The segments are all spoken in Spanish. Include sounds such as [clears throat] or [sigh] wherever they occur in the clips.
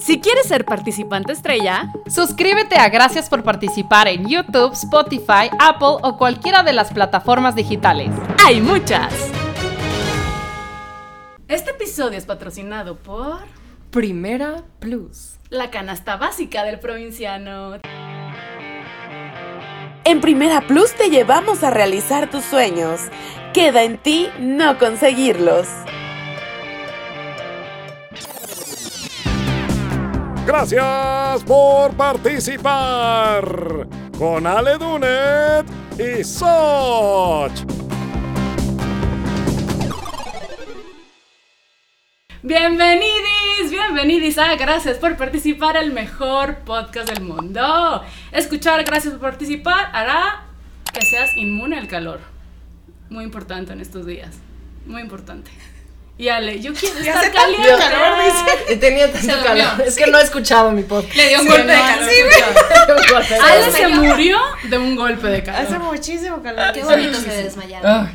Si quieres ser participante estrella, suscríbete a Gracias por participar en YouTube, Spotify, Apple o cualquiera de las plataformas digitales. hay muchas. Este episodio es patrocinado por Primera Plus. la canasta básica del provinciano. En Primera Plus te llevamos a realizar tus sueños. Queda en ti no conseguirlos. Gracias por participar con Ale Dunet y Soch. Bienvenidis, bienvenidis a Gracias por participar, el mejor podcast del mundo. Escuchar Gracias por participar hará que seas inmune al calor. Muy importante en estos días. Muy importante. Y Ale, yo quiero estar caliente. Yo- He tenido tanto Se durmió. calor. Es que no he escuchado mi [laughs] podcast. Le dio un Sí, golpe de no, calor. sí, Ale se Señor. murió de un golpe de Hace calor. muchísimo calor. Qué bonito se desmayaron. Ay.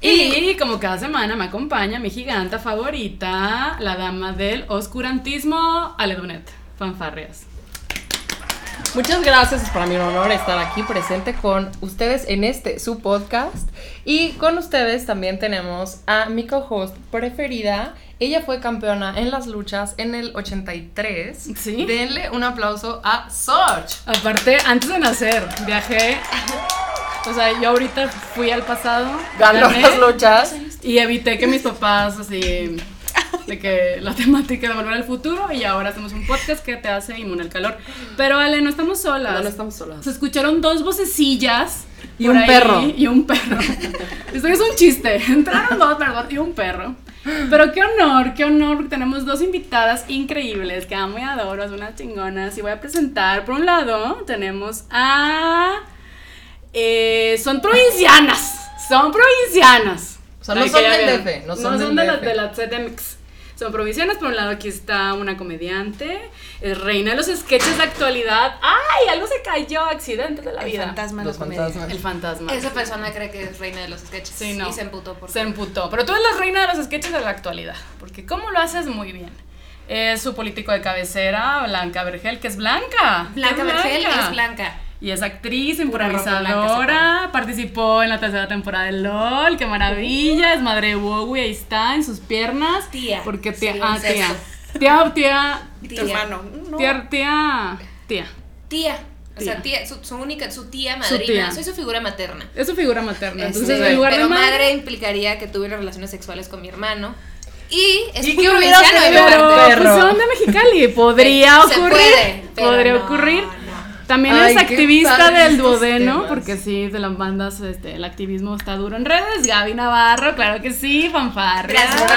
Y como cada semana me acompaña mi giganta favorita, la dama del oscurantismo, Ale Dunet. Fanfarrias. Muchas gracias, es para mí un honor estar aquí presente con ustedes en este, su podcast. Y con ustedes también tenemos a mi co-host preferida. Ella fue campeona en las luchas en el 83. ¿Sí? Denle un aplauso a Soch. Aparte, antes de nacer, viajé. O sea, yo ahorita fui al pasado. Ganó gané, las luchas. Y evité que mis papás, así. De que la temática de volver al futuro. Y ahora hacemos un podcast que te hace inmune al calor. Pero, Ale, no estamos solas. No, no estamos solas. Se escucharon dos vocecillas. Y por un perro. Y un perro. [laughs] Esto es un chiste. Entraron dos, perdón, y un perro. Pero qué honor, qué honor. Tenemos dos invitadas increíbles que amo y adoro. Son unas chingonas. Y voy a presentar, por un lado, tenemos a... eh, son provincianas. Son provincianas. O sea, no Ay, son que ya del vieron. DF, no No son del son de las DF. de la CDMX. Son provincianas, por un lado aquí está una comediante, es reina de los sketches de actualidad. ¡Ay! Algo se cayó, accidente de la El vida. fantasma Los los comedia. fantasmas. El fantasma. Esa persona cree que es reina de los sketches. Sí, no. Y se emputó por Se emputó. Pero tú eres la reina de los sketches de la actualidad, porque cómo lo haces muy bien. Es su político de cabecera, Blanca Vergel, que es Blanca. Blanca Es Vergel es blanca. Y es actriz, Pura ropa blanca se improvisadora, participó en la tercera temporada de LOL, qué maravilla, es madre de Wowie, ahí está, en sus piernas. Tía. Porque Sí, tía, ah, un tía. sexo. Tía, tía, Tía. tía, tía, tía. Tía. O sea, Tía. tía, su, su única, su tía Su madrina. tía. Soy su figura materna. Es su figura materna. Entonces, Este, en lugar pero de madre, madre, implicaría que tuviera relaciones sexuales con mi hermano. Y es ¿Y muy qué hubiera provinciano de mi sido? parte. pero pues, perro. son de Mexicali, podría Se ocurrir. puede, pero podría no, ocurrir. no. También Ay, es qué activista padres del estos duodeno, temas. porque sí, de las bandas, este, el activismo está duro en redes. Gaby Navarro, claro que sí, fanfarra. Gracias por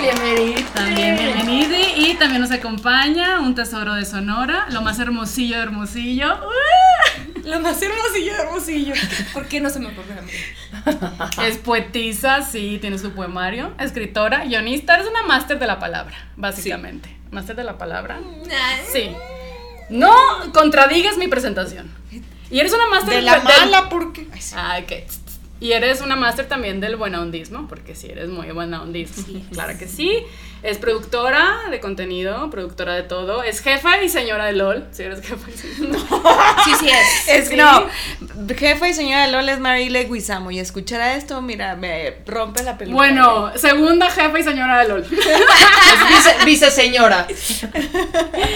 Bienvenida. También bienvenida. Y también nos acompaña un tesoro de Sonora, lo más hermosillo de Hermosillo. ¡Uh! Lo más hermosillo, hermosillo. ¿Por qué no se me ocurre a mí? Es poetisa, sí, tiene su poemario. Escritora, guionista, eres una máster de la palabra, básicamente. Máster de la palabra. Ay. Sí. No contradigas mi presentación. Y eres una máster De la del- mala, porque. Ay, sí. Ah, ok. Y eres una máster también del buenahondismo, porque sí, eres muy buenahondista. Claro que sí. Es productora de contenido, productora de todo. Es jefa y señora de LOL. Si eres jefa y señora. Sí, [laughs] sí es. Es que no. Jefa y señora de LOL es Marile Guizamo. Y escuchará esto, mira, me rompe la peluca. [laughs] Bueno, segunda jefa y señora de LOL. Es pues vice, señora.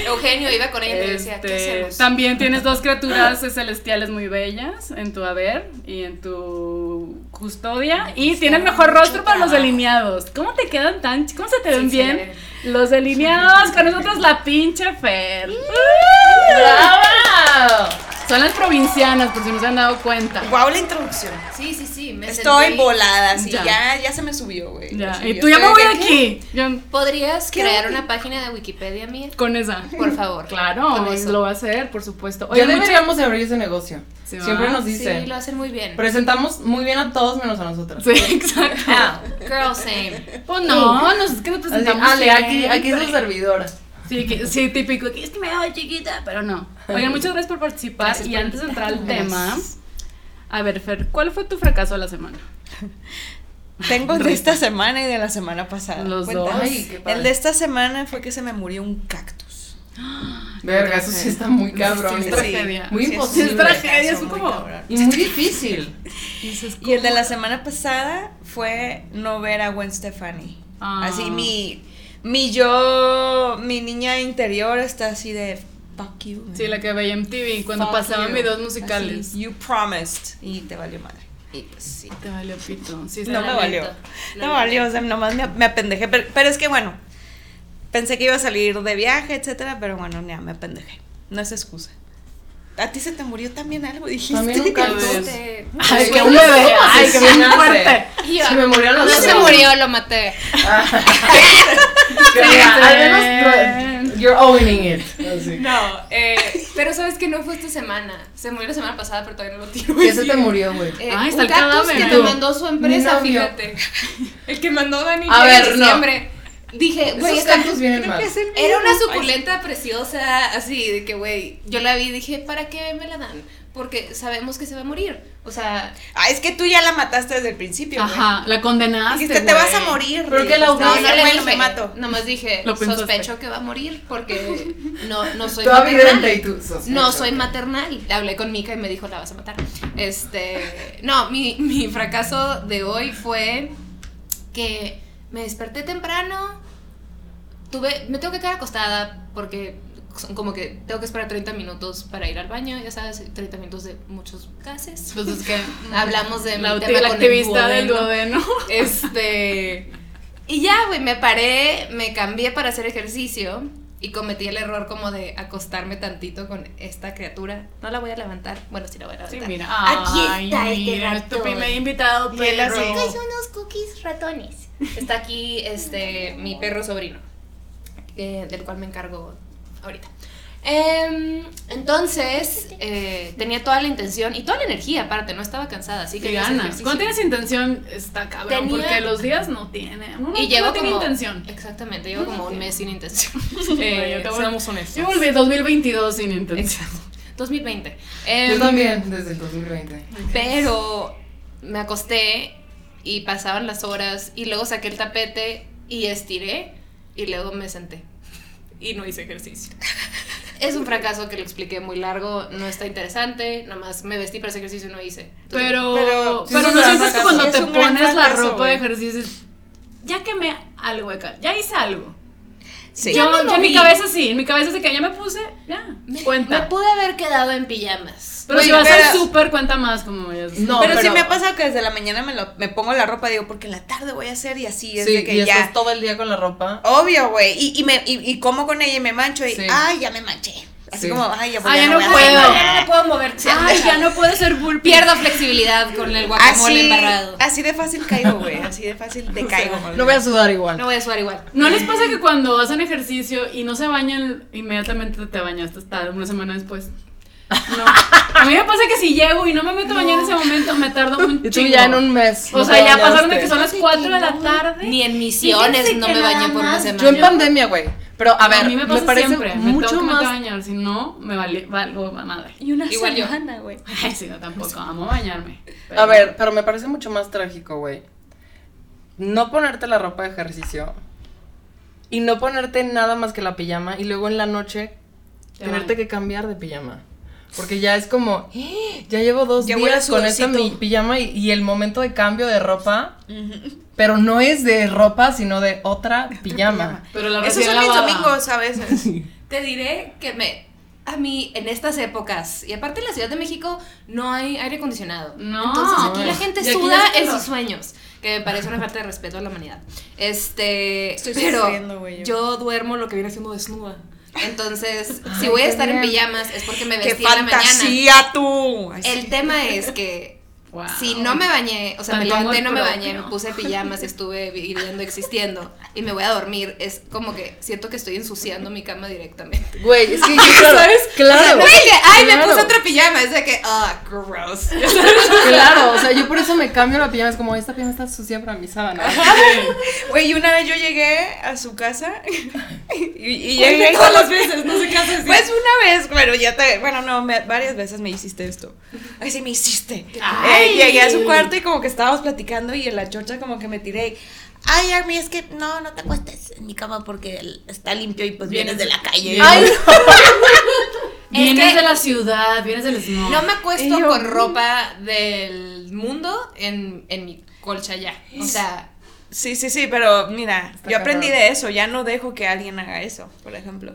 Eugenio iba con ella y te decía, ¿qué Este, hacemos? también tienes dos criaturas [laughs] celestiales muy bellas en tu haber y en tu custodia. Y tienes mejor rostro para los delineados. ¿Cómo te quedan tan ch- ¿Cómo se te ven Sí, bien? Los delineados, con nosotros la pinche Fer. ¡Uh! ¡Bravo! Son las provincianas, por si no se han dado cuenta. Wow, la introducción. Sí, sí, sí. me Estoy sentí- volada, sí. Ya. Ya. ya, se me subió, güey. Ya, Sí, y yo tú ya me voy estoy acá, de aquí. Yo- ¿Podrías ¿Qué? crear una página de Wikipedia mía? con [laughs] esa. [laughs] Por favor. Claro, con eso. lo va a hacer, por supuesto. Ya Oye, mucha- deberíamos de abrir ese negocio. Sí, Siempre ¿va? nos dicen. Sí, lo hacen muy bien. Presentamos muy bien a todos menos a nosotras. Sí, [laughs] exacto. [laughs] Ah, [laughs] Girl, same. Pues no, nos es que nos así, presentamos. Ale, aquí, aquí es siempre. Ah, su servidora. Sí, que- sí, típico, que es que me veo chiquita, pero no. Oigan, muchas gracias por participar. Gracias y por antes de entrar al invitarnos. tema, a ver, Fer, ¿cuál fue tu fracaso de la semana? Tengo de esta semana y de la semana pasada. Los Cuenta. dos. Ay, qué padre. El de esta semana fue que se me murió un cactus. Verga, eso sí está muy cabrón. Sí, Está sí. Muy Sí, imposible. sí, Es tragedia, caso, es muy como- cabrón. Y muy difícil. Y el de la semana pasada fue no ver a Gwen Stefani. Ah. Así mi, mi yo, mi niña interior está así de fuck you. man. Sí, la que veía MTV cuando Fuck pasaban you. videos musicales. Así, you promised. Y te valió madre. Y pues sí. Te valió pito. Sí, No está me lamento, valió. lo No me valió, o sea, nomás me, me apendejé. Pero, pero es que bueno, pensé que iba a salir de viaje, etcétera, pero bueno, ya me apendejé. No es excusa. A ti se te murió también algo, dijiste. También un Dios. [laughs] cactus. Este- Ay, Sí, que sí, un bebé. sí, Ay, que bien asesinaste. fuerte. Y yo- Se me murió a los No se dos. murió, lo maté. Que al menos tú- You're owning it. Así. No, eh, pero sabes que no fue esta semana. Se murió la semana pasada, pero todavía no lo tiro. ¿Qué se te murió, güey? Eh, Ay, está un el cactus cadáver. que ¿Y te tú? mandó su empresa, Mi novio. fíjate. El que mandó Dani A Jen en ver, no. diciembre. Dije, güey, Esos esta- cactus vienen mal. era una suculenta preciosa, así de que, güey, yo la vi y dije, ¿para qué me la dan? Porque sabemos que se va a morir. O sea, Ah, es que tú ya la mataste desde el principio. güey. Ajá, la condenaste. Dijiste, te güey. vas a morir. Pero güey. que la No, no, obligaste, no le bueno, dije, me mato. Nomás dije, Lo pensaste. sospecho que va a morir porque no, no soy Toda maternal. vidente y tú. sospecho. No, soy maternal. Hablé con Mika y me dijo, la vas a matar. Este, no, mi, mi fracaso de hoy fue que me desperté temprano, tuve, me tengo que quedar acostada porque son como que tengo que esperar 30 minutos para ir al baño, ya sabes, 30 minutos de muchos gases. pues Entonces, [laughs] ¿qué? Hablamos de mi La, tema la con el activista del duodeno. duodeno. Este. Y ya, güey, me paré, me cambié para hacer ejercicio y cometí el error como de acostarme tantito con esta criatura. No la voy a levantar. Bueno, sí la voy a Sí, levantar. mira. Aquí está Ay, este mira, tu ratón. primer invitado, Y él así, perro. Hice unos cookies ratones. Está aquí este mi perro sobrino, eh, del cual me encargo ahorita. Em, entonces, eh, tenía toda la intención y toda la energía, aparte, no estaba cansada, así que Que iba a hacer ganas. ejercicio. Cuando tienes intención, está cabrón. Tenía- Porque los días no tiene. Uno y no llevo tiene como, intención. Exactamente, llevo como un mes sin [laughs] intención. Eh, Güey, yo te voy- Seamos honestos. Yo volví 2022 sin intención. 2020. Yo Em, también, desde el 2020. Pero me acosté y pasaban las horas y luego saqué el tapete y estiré y luego me senté y no hice [laughs] ejercicio. Es un fracaso que lo expliqué muy largo, no está interesante, nomás me vestí para hacer ejercicio y no hice. Entonces, Pero, pero, Pero- sí, es no un gran sientes que fracaso. cuando Sí, es te un gran pones la fracaso, ropa de güey. ejercicio, dices, ya quemé algo acá, ya hice algo. Sí. Yo, me yo en mi moví. cabeza sí, en mi cabeza sí que ya me puse, ya, me cuenta. pude haber quedado en [laughs] pijamas. pero si Güey, vas al pero- súper, cuenta más, como ya sabes. No, pero, sí pero- me ha pasado que desde la mañana me, lo- me pongo la ropa, digo, porque en la tarde voy a hacer y así, es Sí, de que y ya. estás todo el día con la ropa. Obvio, güey. Y, y, me- y, y como con ella y me mancho y, Sí. ay, ya me manché. Así Sí. como, ay, ya, voy, Ay, ya no voy a puedo. hacer Ah, Ya no nada". me puedo mover. [laughs] Ay, ya no puedo ser bull Pierdo flexibilidad con el guacamole Así, embarrado. así de fácil caigo, güey. Así de fácil te caigo. [laughs] No voy a sudar igual. No voy a sudar igual. ¿No les pasa que cuando hacen ejercicio y no se bañan, inmediatamente te bañaste hasta una semana después? No. A mí me pasa que si llego y no me meto a bañar en ese momento, me tardo un [laughs] Y tú chingo. ya en un mes. O no sea, te ya pasaron de bañaste. que son las 4 de la tarde. Ni en misiones Fíjense no que me nada bañé por una más. semana. Yo en pandemia, güey. Pero a a ver, mí me pasa parece siempre. me mucho tengo que meter a más. bañar, si no, me vale, valgo a madre. Y [laughs] una Igual yo. semana, güey. [laughs] Ay, si no, tampoco, amo bañarme. pero- A ver, pero me parece mucho más trágico, güey. No ponerte la ropa de ejercicio y no ponerte nada más que la pijama y luego en la noche Te tenerte bañas. que cambiar de pijama. Porque ya es como, "Eh, ya llevo dos Ya huele a días con esta mi sudorcito". pijama y, y el momento de cambio de ropa, pero no es de ropa, sino de otra pijama. Pero la Esos recién son lavada. mis domingos [laughs] a veces. Te diré que me a mí en estas épocas y aparte en la Ciudad de México no hay aire acondicionado. No. Entonces aquí la Ah. Ay. gente Y aquí suda ya es en calor. sus sueños, que me parece una falta de respeto a la humanidad. Este, Estoy sufriendo, pero güey, yo. yo. duermo lo que viene siendo desnuda. [laughs] Entonces, si voy a estar en pijamas es porque me ¡Qué vestí en la mañana. fantasía tú! Ay, sí. El tema es que Wow. si no me bañé, o sea, me Tan como levanté, el no me bañé, me propio. puse pijamas y estuve viviendo, existiendo, y me voy a dormir, es como que siento que estoy ensuciando mi cama directamente. Güey, es que [laughs] yo, claro, ¿Sabes? claro. O sea, no es que, ay, me claro. puse otra pijama, es de que, ah, gross. Claro, o sea, yo por eso me cambio la pijama. Es como, esta pijama [laughs] está sucia para mi sábana. Güey, y una vez yo llegué a su casa [laughs] Y, y llegué todas las veces, no sé qué haces. Pues una vez, bueno, ya te, bueno, no, me- varias veces me hiciste esto. Ay, sí, me hiciste. Ay. Eh, llegué a su cuarto y como que estábamos platicando y en la chorcha como que me tiré. y, Ay, Army, es que no, no te acuestes en mi cama porque el- está limpio y pues vienes de la calle. Ay, [laughs] Vienes Es que- de la ciudad, vienes del smog. no me acuesto Y yo- con ropa del mundo en, en mi colcha ya. O sea, Sí, sí, sí, pero mira, yo aprendí cabrón. de eso, ya no dejo que alguien haga eso, por ejemplo.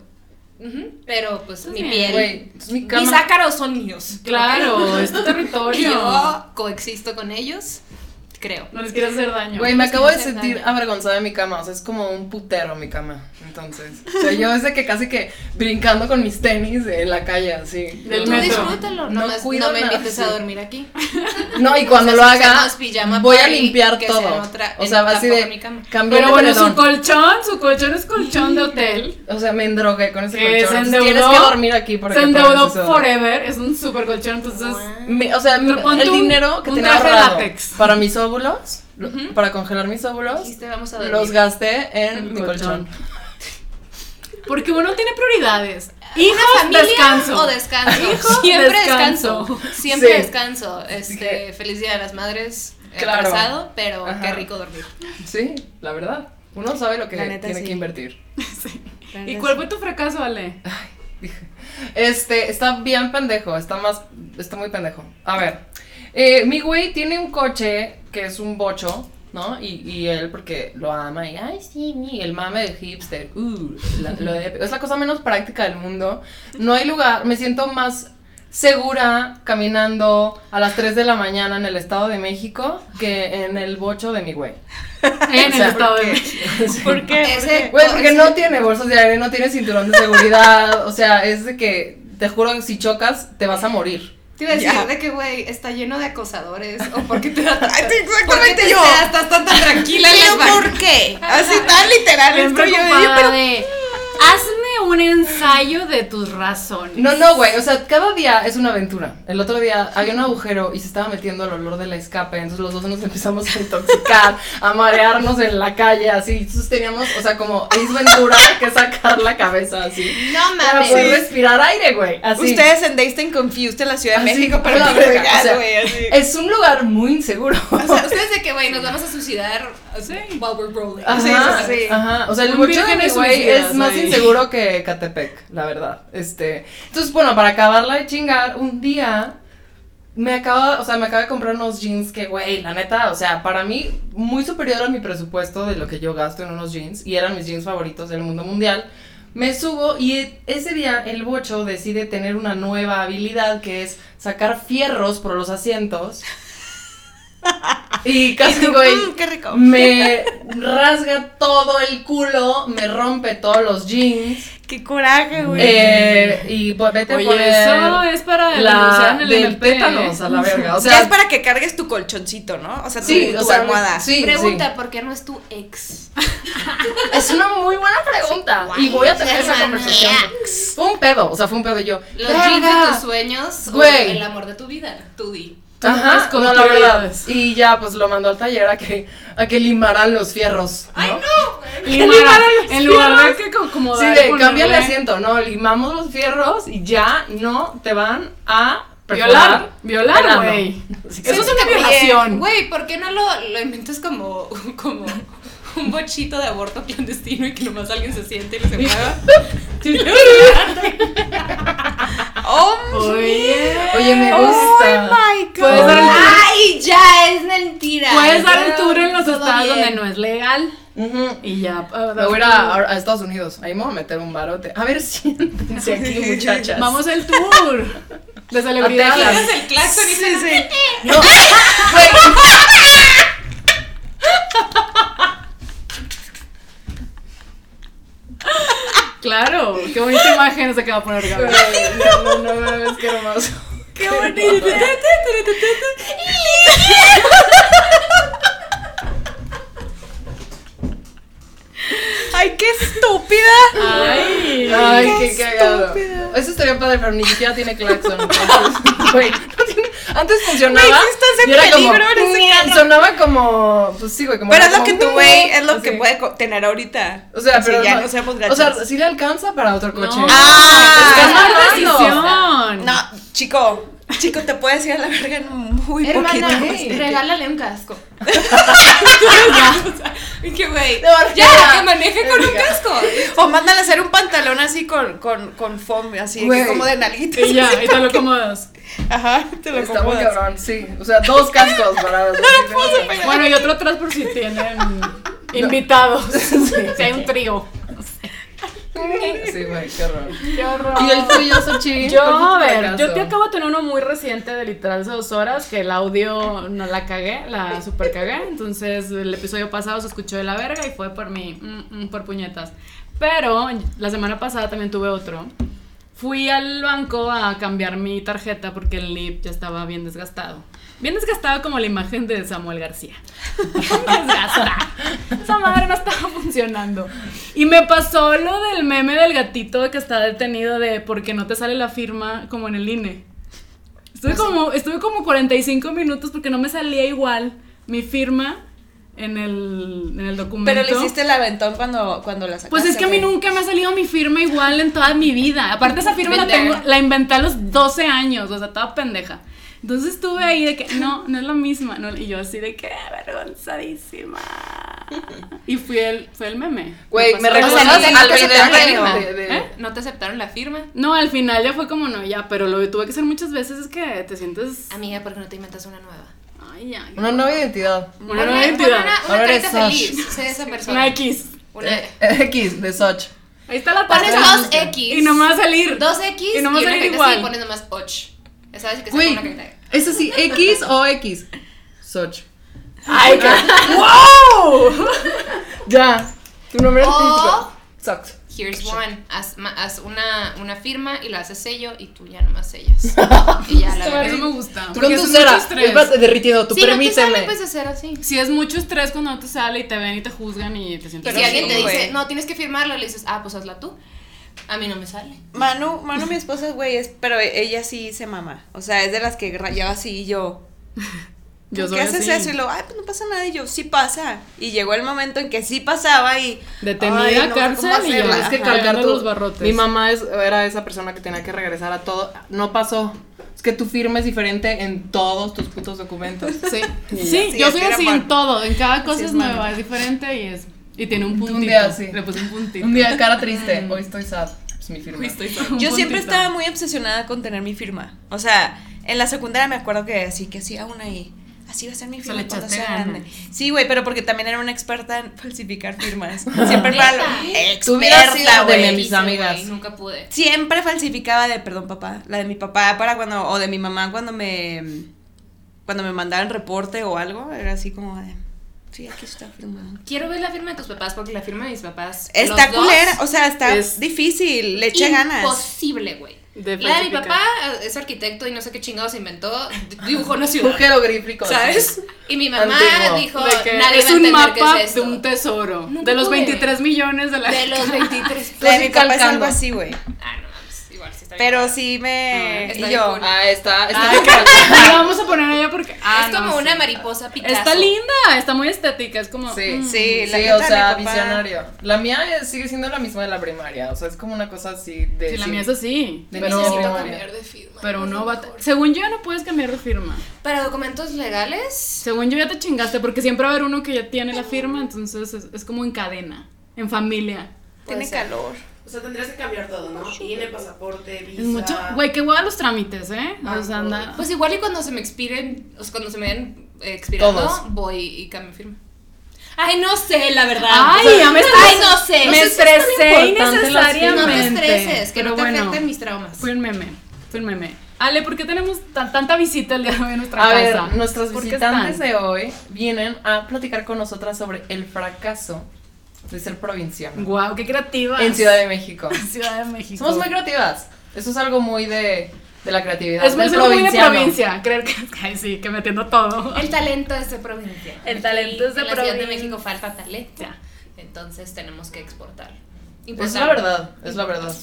ujú, pero pues mi bien, piel. Güey, pues mi cama. Mis ácaros son míos. [laughs] Claro, es tu [laughs] Y territorio. yo coexisto con ellos, creo. No les quieres hacer daño. Güey, me Es que acabo no de se sentir daña. avergonzada de mi cama, o sea, es como un putero mi cama, entonces. O sea, yo es de que casi que brincando con mis tenis en la calle, así. Del Tú metro. disfrútalo, No no, más- cuido no me nada, invites a sí. dormir aquí. No, y cuando O lo sea, si haga, hacemos pijama voy a party, limpiar que sea todo. en otra- o en- sea, va así tampoco en de mi cama. cambiar Pero de bueno, su edredón. colchón, su colchón es colchón de hotel. O sea, me endrogué con ese Que colchón. se Entonces, endeudó. Tienes que dormir aquí [laughs] porque Se todo endeudó eso- forever, es un super colchón, Pues, entonces... Me- o sea, mi- Pero pon el tú dinero que un tenía traje de ahorrado látex. para mis óvulos, lo- para congelar mis óvulos, Dijiste, vamos a dormir. los gasté en El mi colchón. colchón. Porque uno tiene prioridades. Hijos, Ah, familia descanso. o descanso. Hijo, [laughs] Siempre descanso. descanso. Siempre Sí. descanso. Este, feliz día de las madres. Claro. Claro. Pasado, pero Ajá. qué rico dormir. Sí, la verdad. Uno sabe lo que La neta, tiene sí. que invertir. ¿Y cuál fue tu fracaso, [laughs] Ale? Este, está bien pendejo, está más, está muy pendejo. A ver, eh, mi güey tiene un coche que es un bocho, ¿no? Y, y él porque lo ama y, ay, sí, mi, el mame de hipster, uh, la- lo de- [laughs] es la cosa menos práctica del mundo. No hay lugar, me siento más segura caminando a las 3 de la mañana en el Estado de México que en el bocho de mi güey. En el sea, estado de porque- México. ¿Por qué? ¿Por Ese- qué? Güey, porque no tiene bolsas de aire, no tiene cinturón de seguridad. o sea, es de que, te juro que si chocas, te vas a morir. Te iba a decir Ya. de que, güey, está lleno de acosadores. O porque te da Ay, sí, porque exactamente te yo. estás, estás tan tranquila en las Pero [laughs] bancas. ¿por qué? Así tan literal Bien estoy yo, preocupada pero de... Hazme un ensayo de tus razones. No, no, güey, o sea, cada día es una aventura. El otro día había un agujero y se estaba metiendo el olor del escape, entonces los dos nos [laughs] empezamos a intoxicar, a marearnos en la calle, así. Entonces teníamos, o sea, como es Ventura que sacar la cabeza así. No Para poder mames. respirar aire, güey. Así. Ustedes en Dazed and Confused en la Ciudad de Así, México, a pero la no verga, o sea, fregas, güey, así. Es un lugar muy inseguro. O sea, ustedes de que, güey, nos vamos a suicidar así, while we're rolling. Ajá, Sí, sí, sí. ajá. O sea, el Un bocho de virgen mi es güey suicida, es más güey. inseguro que Catepec, la verdad. Este, entonces, bueno, para acabarla de chingar, un día me acaba, o sea, me acaba de comprar unos jeans que, güey, la neta, o sea, para mí muy superior a mi presupuesto de lo que yo gasto en unos jeans y eran mis jeans favoritos del mundo mundial. Me subo y e- ese día el bocho decide tener una nueva habilidad que es sacar fierros por los [laughs] asientos. Y casi, güey, Mm, qué rico. [laughs] me rasga todo el culo, me rompe todos los jeans. Qué coraje, güey. eh, y pues, vete por Oye, eso es para la denunciar en el del MP. tétanos a la verga. O [laughs] ya sea, es para que cargues tu colchoncito, ¿no? O sea, tu, sí, tu o sea, almohada. sí, Pregunta, ¿por qué no es tu ex? sí. Es una muy buena [laughs] Ah, pregunta. Y voy a tener esa conversación. Fue un pedo, o sea, fue un pedo y yo. Los "Verga". jeans de tus sueños Güey. o el amor de tu vida, tú di. Ajá, Con no, la verdad. prioridades. Y ya, pues lo mandó al taller a que, a que limaran los fierros. ¿no? Limar, en lugar de que co- como Sí, dar, de ponerle- cambia el asiento, no, limamos los fierros y ya no te van a Violar, perforar el violar, ano. güey. Así que- Eso es Siento una que, oye, violación. Güey, ¿por qué no lo, lo inventas como, [laughs] como un bochito de aborto clandestino y que nomás alguien se siente y le se mueva? Oh, Oye. Oye, me gusta. my God. Puedes dar el ¡Ay, ya! Es mentira. Puedes dar el Ya, tour en los todo estados bien. donde no es legal Ujú. y ya. ah, Me voy a ir das a, tu- a Estados Unidos. Ahí me voy a meter un barote. A ver, [laughs] siéntense aquí, muchachas. Vamos el tour de celebridades. Texas. Tienes el claxon y Sí, sí. No, güey, Claro, qué bonita imagen se acaba de poner Gaby. no, no, no, no, es que hermoso. Qué bonito. Ay, qué Ah, estúpida. Ay. Ay, Qué qué cagado. estúpida. Eso estaría padre, pero ni siquiera tiene claxon. entonces, Güey, no tiene- Antes funcionaba. Güey, sí estás en y era peligro como, en ese "Ni", carro. Sonaba como. Pues sí, güey. Como Pero era es lo como, que tu "Ni", güey es lo así. que puede co- tener ahorita. O sea, pero. Si ya no- no seamos O gachos. sea, sí le alcanza para otro coche. Ah, es estás una decisión. mamando. no, chico, chico, te puedes ir a la verga en muy poquito. Hermana, eh, poquito. regálale un casco. que güey. No, ya, ya. que maneje con un casco. O mándale a hacer un pantalón así con, con, con foam, así Güey. que como de nalguitas. Y ya, y te lo acomodas. [laughs] Ajá, te lo Está muy acomodas. cabrón, sí. O sea, dos cascos para. Bueno, y otro atrás por si tienen invitados. Si hay un trío. Sí, güey, qué horror. Qué horror. ¿Y el tuyo, Sochi? Yo, ¿Cuál fue tu a ver, fracaso? yo te acabo de tener uno muy reciente de literal hace dos horas que el audio no la cagué, la super cagué. Entonces, el episodio pasado se escuchó de la verga y fue por mi, mm, mm, por puñetas. Pero la semana pasada también tuve otro. Fui al banco a cambiar mi tarjeta porque el NIP ya estaba bien desgastado. Bien desgastado como la imagen de Samuel García. [laughs] Desgastado. Esa madre no estaba funcionando. Y me pasó lo del meme del gatito que está detenido de porque no te sale la firma como en el INE. Estuve como, estuve como 45 minutos porque no me salía igual mi firma en el, en el documento. Pero le hiciste el aventón cuando, cuando la sacaste. Pues es que a mí güey. nunca me ha salido mi firma igual en toda mi vida. Aparte esa firma la Pendeja. tengo, la inventé a los 12 años, o sea, estaba pendeja. Entonces estuve ahí de que, no, no es la misma. no, y yo así de que, avergonzadísima. Y fui el, fue el meme. Güey, me pasó. O recuerdas sea, ni al te video aceptaron. de- de- ¿Eh? No te aceptaron la firma. No, al final ya fue como, no, ya, pero lo que tuve que hacer muchas veces es que te sientes... Amiga, ¿por qué no te inventas una nueva? Ay, ya. qué- Una nueva identidad. [laughs] Una nueva identidad. Una, una Ahora carita eres Sash. feliz. Sé esa persona. Una X. Una- X de Soch. Ahí está la Pones tarjeta. dos X. Y no me va a salir. Dos X Y y, no me una sale carita igual. así y pones nomás 8. ¿Sabes? Que sea Güey, una carita. ¿es así X o X? Soch. Ay, qué... ¡Wow! Ya. Tu nombre O- Soch. Here's one. Haz, ma- haz una, una firma y la haces sello y tú ya nomás [laughs] sellas. y ya la Eso verga. me gusta. Con Ah, porque tu son cera. muchos tres. Vas derritiendo, tú Si no te permíteme. sale, pues hacer así. Si es mucho estrés cuando no te sale y te ven y te juzgan y te Y sientes. Pero si alguien sí, te dice, güey. no, tienes que firmarlo, le dices, ah, pues hazla tú. A mí no me sale. Manu, Manu, mi esposa es güey, es, pero ella sí se mama. O sea, es de las que rayaba así y yo. Yo ¿Por soy ¿Qué haces así. eso? Y luego, ay, pues no pasa nada. Y yo, sí pasa. Y llegó el momento en que sí pasaba y. Detenida, "Ay, no, cárcel ¿cómo y ya". hacerla? Es que Ajá. calcar Cargando tu- los barrotes. Mi mamá es, era esa persona que tenía que regresar a todo. No pasó. Es que tu firma es diferente en todos tus [laughs] putos documentos. Sí, sí, Sí, yo así soy era así Manu. en todo, en cada cosa Así es, es nueva, Manu. es diferente y es y tiene un puntito. día así. Le puse un puntito. [laughs] Un día cara triste, hoy estoy sad. Es mi firma. Un Yo puntito. siempre estaba muy obsesionada con tener mi firma. O sea, en la secundaria me acuerdo que así que hacía una y así va a ser mi le firma cuando echaste sea ganas. grande. Sí, güey, pero porque también era una experta en falsificar firmas. Siempre para lo Tú hubieras experta, sido de güey. mis Hice, amigas. güey, Nunca pude. Siempre falsificaba de, perdón, papá, la de mi papá para cuando o de mi mamá cuando me cuando me mandaban reporte o algo, era así como de Sí, aquí está firmado. Quiero ver la firma de tus papás porque la firma de mis papás. Está los dos, culera, o sea, está es difícil, le eché ganas. Imposible, güey. De La de mi falsificar. papá eh, es arquitecto y no sé qué chingados inventó. d- Dibujó una ciudad. Jeroglífico. ¿Sabes? Y mi mamá Antiguo. dijo, De que nadie es va a un entender mapa qué es de esto. un tesoro. No de los pude. 23 millones de la. De los 23. La de mi papá es calcando. algo así, güey. Ah, no mames, igual sí está bien. Pero sí me. No, está y bien yo. cool. Ah, está. está Ay, [laughs] qué- [laughs] la vamos a poner allá porque. Ah, es no, como sí. una mariposa picada. Está linda, está muy estética, es como. Sí, mm, Sí, la sí, neta o de sea, mi papá- visionario. La mía es- sigue siendo la misma de la primaria, o sea, es como una cosa así de... sí, la sí. mía es así. De Pero, necesito Necesito cambiar cambiar de firma. pero no va. a- Según yo, ya no puedes cambiar de firma. Para documentos legales. Según yo ya te chingaste, porque siempre va a haber uno que ya tiene la firma, entonces es, es como en cadena, en familia. Tiene calor. O sea, tendrías que cambiar todo, ¿no? INE, pasaporte, visa. Es mucho. Güey, qué hueva los trámites, ¿eh? O sea, anda. Pues igual y cuando se me expiren, o sea, cuando se me den eh, expirando, Todos. voy y cambio firma. Ay, no sé, la verdad. Ay, O sea, ya me estás- Ay, no sé. me No sé si es tan estresé importante las firmas. No te innecesariamente. estreses, que Pero no te bueno. afecten mis traumas. Fue un meme, fue un meme. Ale, ¿por qué tenemos tan- tanta visita el día de hoy en nuestra A casa? ver, nuestras ¿Por qué visitantes están? de hoy vienen a platicar con nosotras sobre el fracaso de ser provinciana Guau, qué creativas. en Ciudad de México. [laughs] Ciudad de México. Somos muy creativas. Eso es algo muy de, de la creatividad. Es muy, del es muy de provinciano. provincia, creer que, [laughs] ay, sí, que metiendo todo. El talento es de provincia. El talento es de en la Ciudad de provincia. México falta talento. [laughs] Ya. Pues Entonces tenemos que exportarlo. Es Importarlo. la verdad, es la verdad.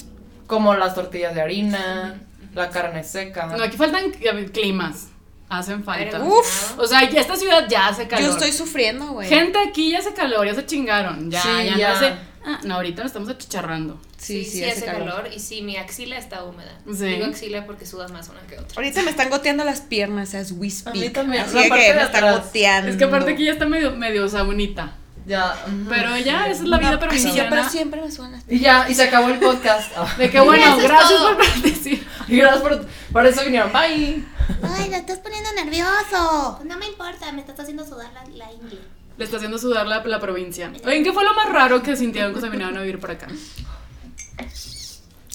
Como las tortillas de harina, la carne seca. No, aquí faltan eh, climas. hacen falta. Uf. O sea, ya esta ciudad ya hace calor. Yo estoy sufriendo, güey. Gente aquí ya hace calor, ya se chingaron. Ya, Sí, ya, ya. no hace. Ah, no, ahorita nos estamos achicharrando. Sí, sí, hace calor. y sí, mi axila está húmeda. Sí. Digo axila porque sudas más una que otra. Ahorita me están goteando las piernas, as we speak. también, Así la de parte que de me están atrás. goteando. Es que aparte aquí ya está medio, medio saunita. Ya. ujú. Pero ya, esa es la vida Ay, sí, yo, provinciana. pero siempre me suenan las Y ya, y se acabó el podcast. [laughs] De que bueno, Eso es gracias todo. por participar. [laughs] Y gracias por, por eso vinieron. Bye. Ay, lo estás poniendo nervioso. Pues No me importa, me estás haciendo sudar la, la ingle. Le está haciendo sudar la, la provincia. Oigan, ¿qué fue lo más raro que sintieron cuando se vinieron a vivir por acá?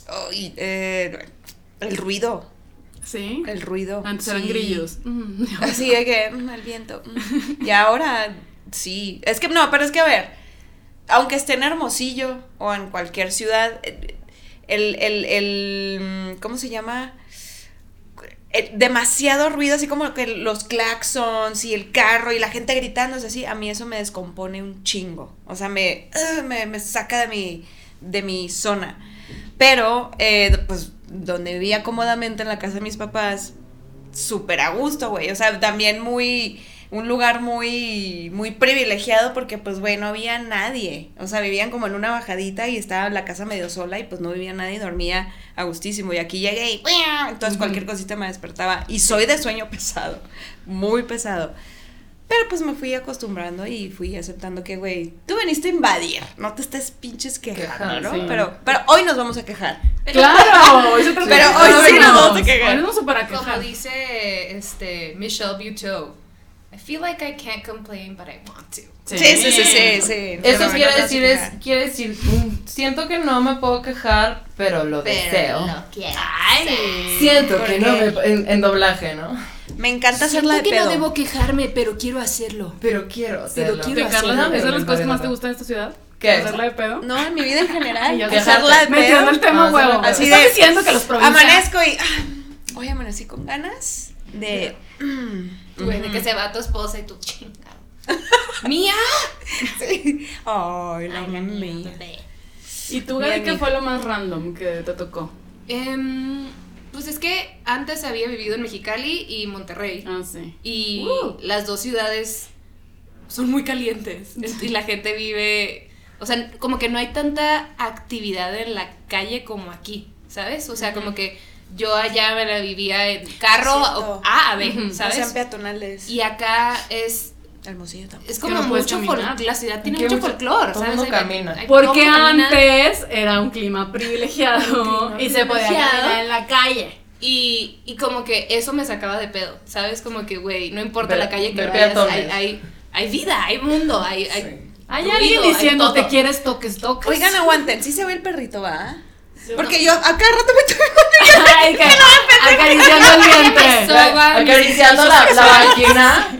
Ay, eh, el ruido, ¿Sí? el ruido. Antes eran Sí. [laughs] grillos. Mm. Así de que, mm, el viento. mm. Y ahora, sí. Es que no, pero es que a ver, aunque esté en Hermosillo o en cualquier ciudad, eh, el, el, el, mm, ¿cómo se llama? Eh, demasiado ruido, así como que los claxons y el carro y la gente gritando, es así, a mí eso me descompone un chingo. O sea, me, ugh, me, me saca de mi, de mi zona. Pero, eh, pues, donde vivía cómodamente en la casa de mis papás, súper a gusto, güey. O sea, también muy. Un lugar muy, muy privilegiado porque, pues, güey, no había nadie. O sea, vivían como en una bajadita y estaba la casa medio sola y, pues, no vivía nadie y dormía a gustísimo. Y aquí llegué y, ¡pua! entonces, cualquier cosita me despertaba. Y soy de sueño pesado, muy pesado. Pero, pues, me fui acostumbrando y fui aceptando que, güey, tú viniste a invadir. No te estés pinches quejando, Quejar, ¿no? sí. Pero, pero hoy nos vamos a quejar. ¡Claro! Hoy se trata Pero de hoy sí quejarnos. nos vamos a quejar. Hoy nos vamos a para Como quejar. dice este, Michelle Buteau, I feel like I can't complain, but I want to. Sí, sí, sí, sí. sí, Eso quiere Pero no te vas a decir, es, quejar. quiere decir, mm, siento que no me puedo quejar, pero lo Pero deseo. lo quiero. Siento ¿Por que qué? no me... En, en doblaje, ¿no? Me encanta hacerla de pedo. quejarme, pero quiero hacerlo. Pero quiero hacerlo. ¿Te, Carla, ¿Esa es de las cosas que más te gustan de esta ciudad? ¿Qué? ¿Hacerla de pedo? No, en mi vida en general. Ay, ya sé. hacerla de Metiendo el pedo. tema, Ah, huevo. hacerla de Así Estás de- diciendo que los provincianos. [laughs] Amanezco y. ah, hoy amanecí con ganas de. [clears throat] Güey, de que se va tu esposa y tú chinga. Mía. Sí. Ay, la mía. Bebé. ¿Y tú, Bien, Gaby, qué mija. fue lo más random que te tocó? Em, pues es que antes había vivido en Mexicali y Monterrey. Ah, sí. Y Uh. las dos ciudades son muy calientes. Y la gente vive. O sea, como que no hay tanta actividad en la calle como aquí, ¿sabes? O sea, como que yo allá me la vivía en carro Cierto. o- A a B, No ¿sabes? sean peatonales. Y acá es, Hermosillo tampoco. es como no puedes mucho caminar. folclore. La ciudad tiene Que mucho mucho- folclore, todo ¿sabes? mundo Hay- camina. hay- todo Porque mundo camina. antes era un clima privilegiado y se podía privilegiado. caminar en la calle. Y, y como que eso me sacaba de pedo, ¿sabes? Como que, güey, no importa Ve- la calle que ve vayas, peatones. hay, hay, hay vida, hay mundo, hay... hay Hay ruido, alguien hay diciendo todo. te quieres toques, toques. [laughs] Oigan, aguanten. Sí se ve el perrito, ¿va? Porque yo acá rato me tuve Ay, que- acariciando el diente. Soba, Acariciando la, [laughs] la vagina.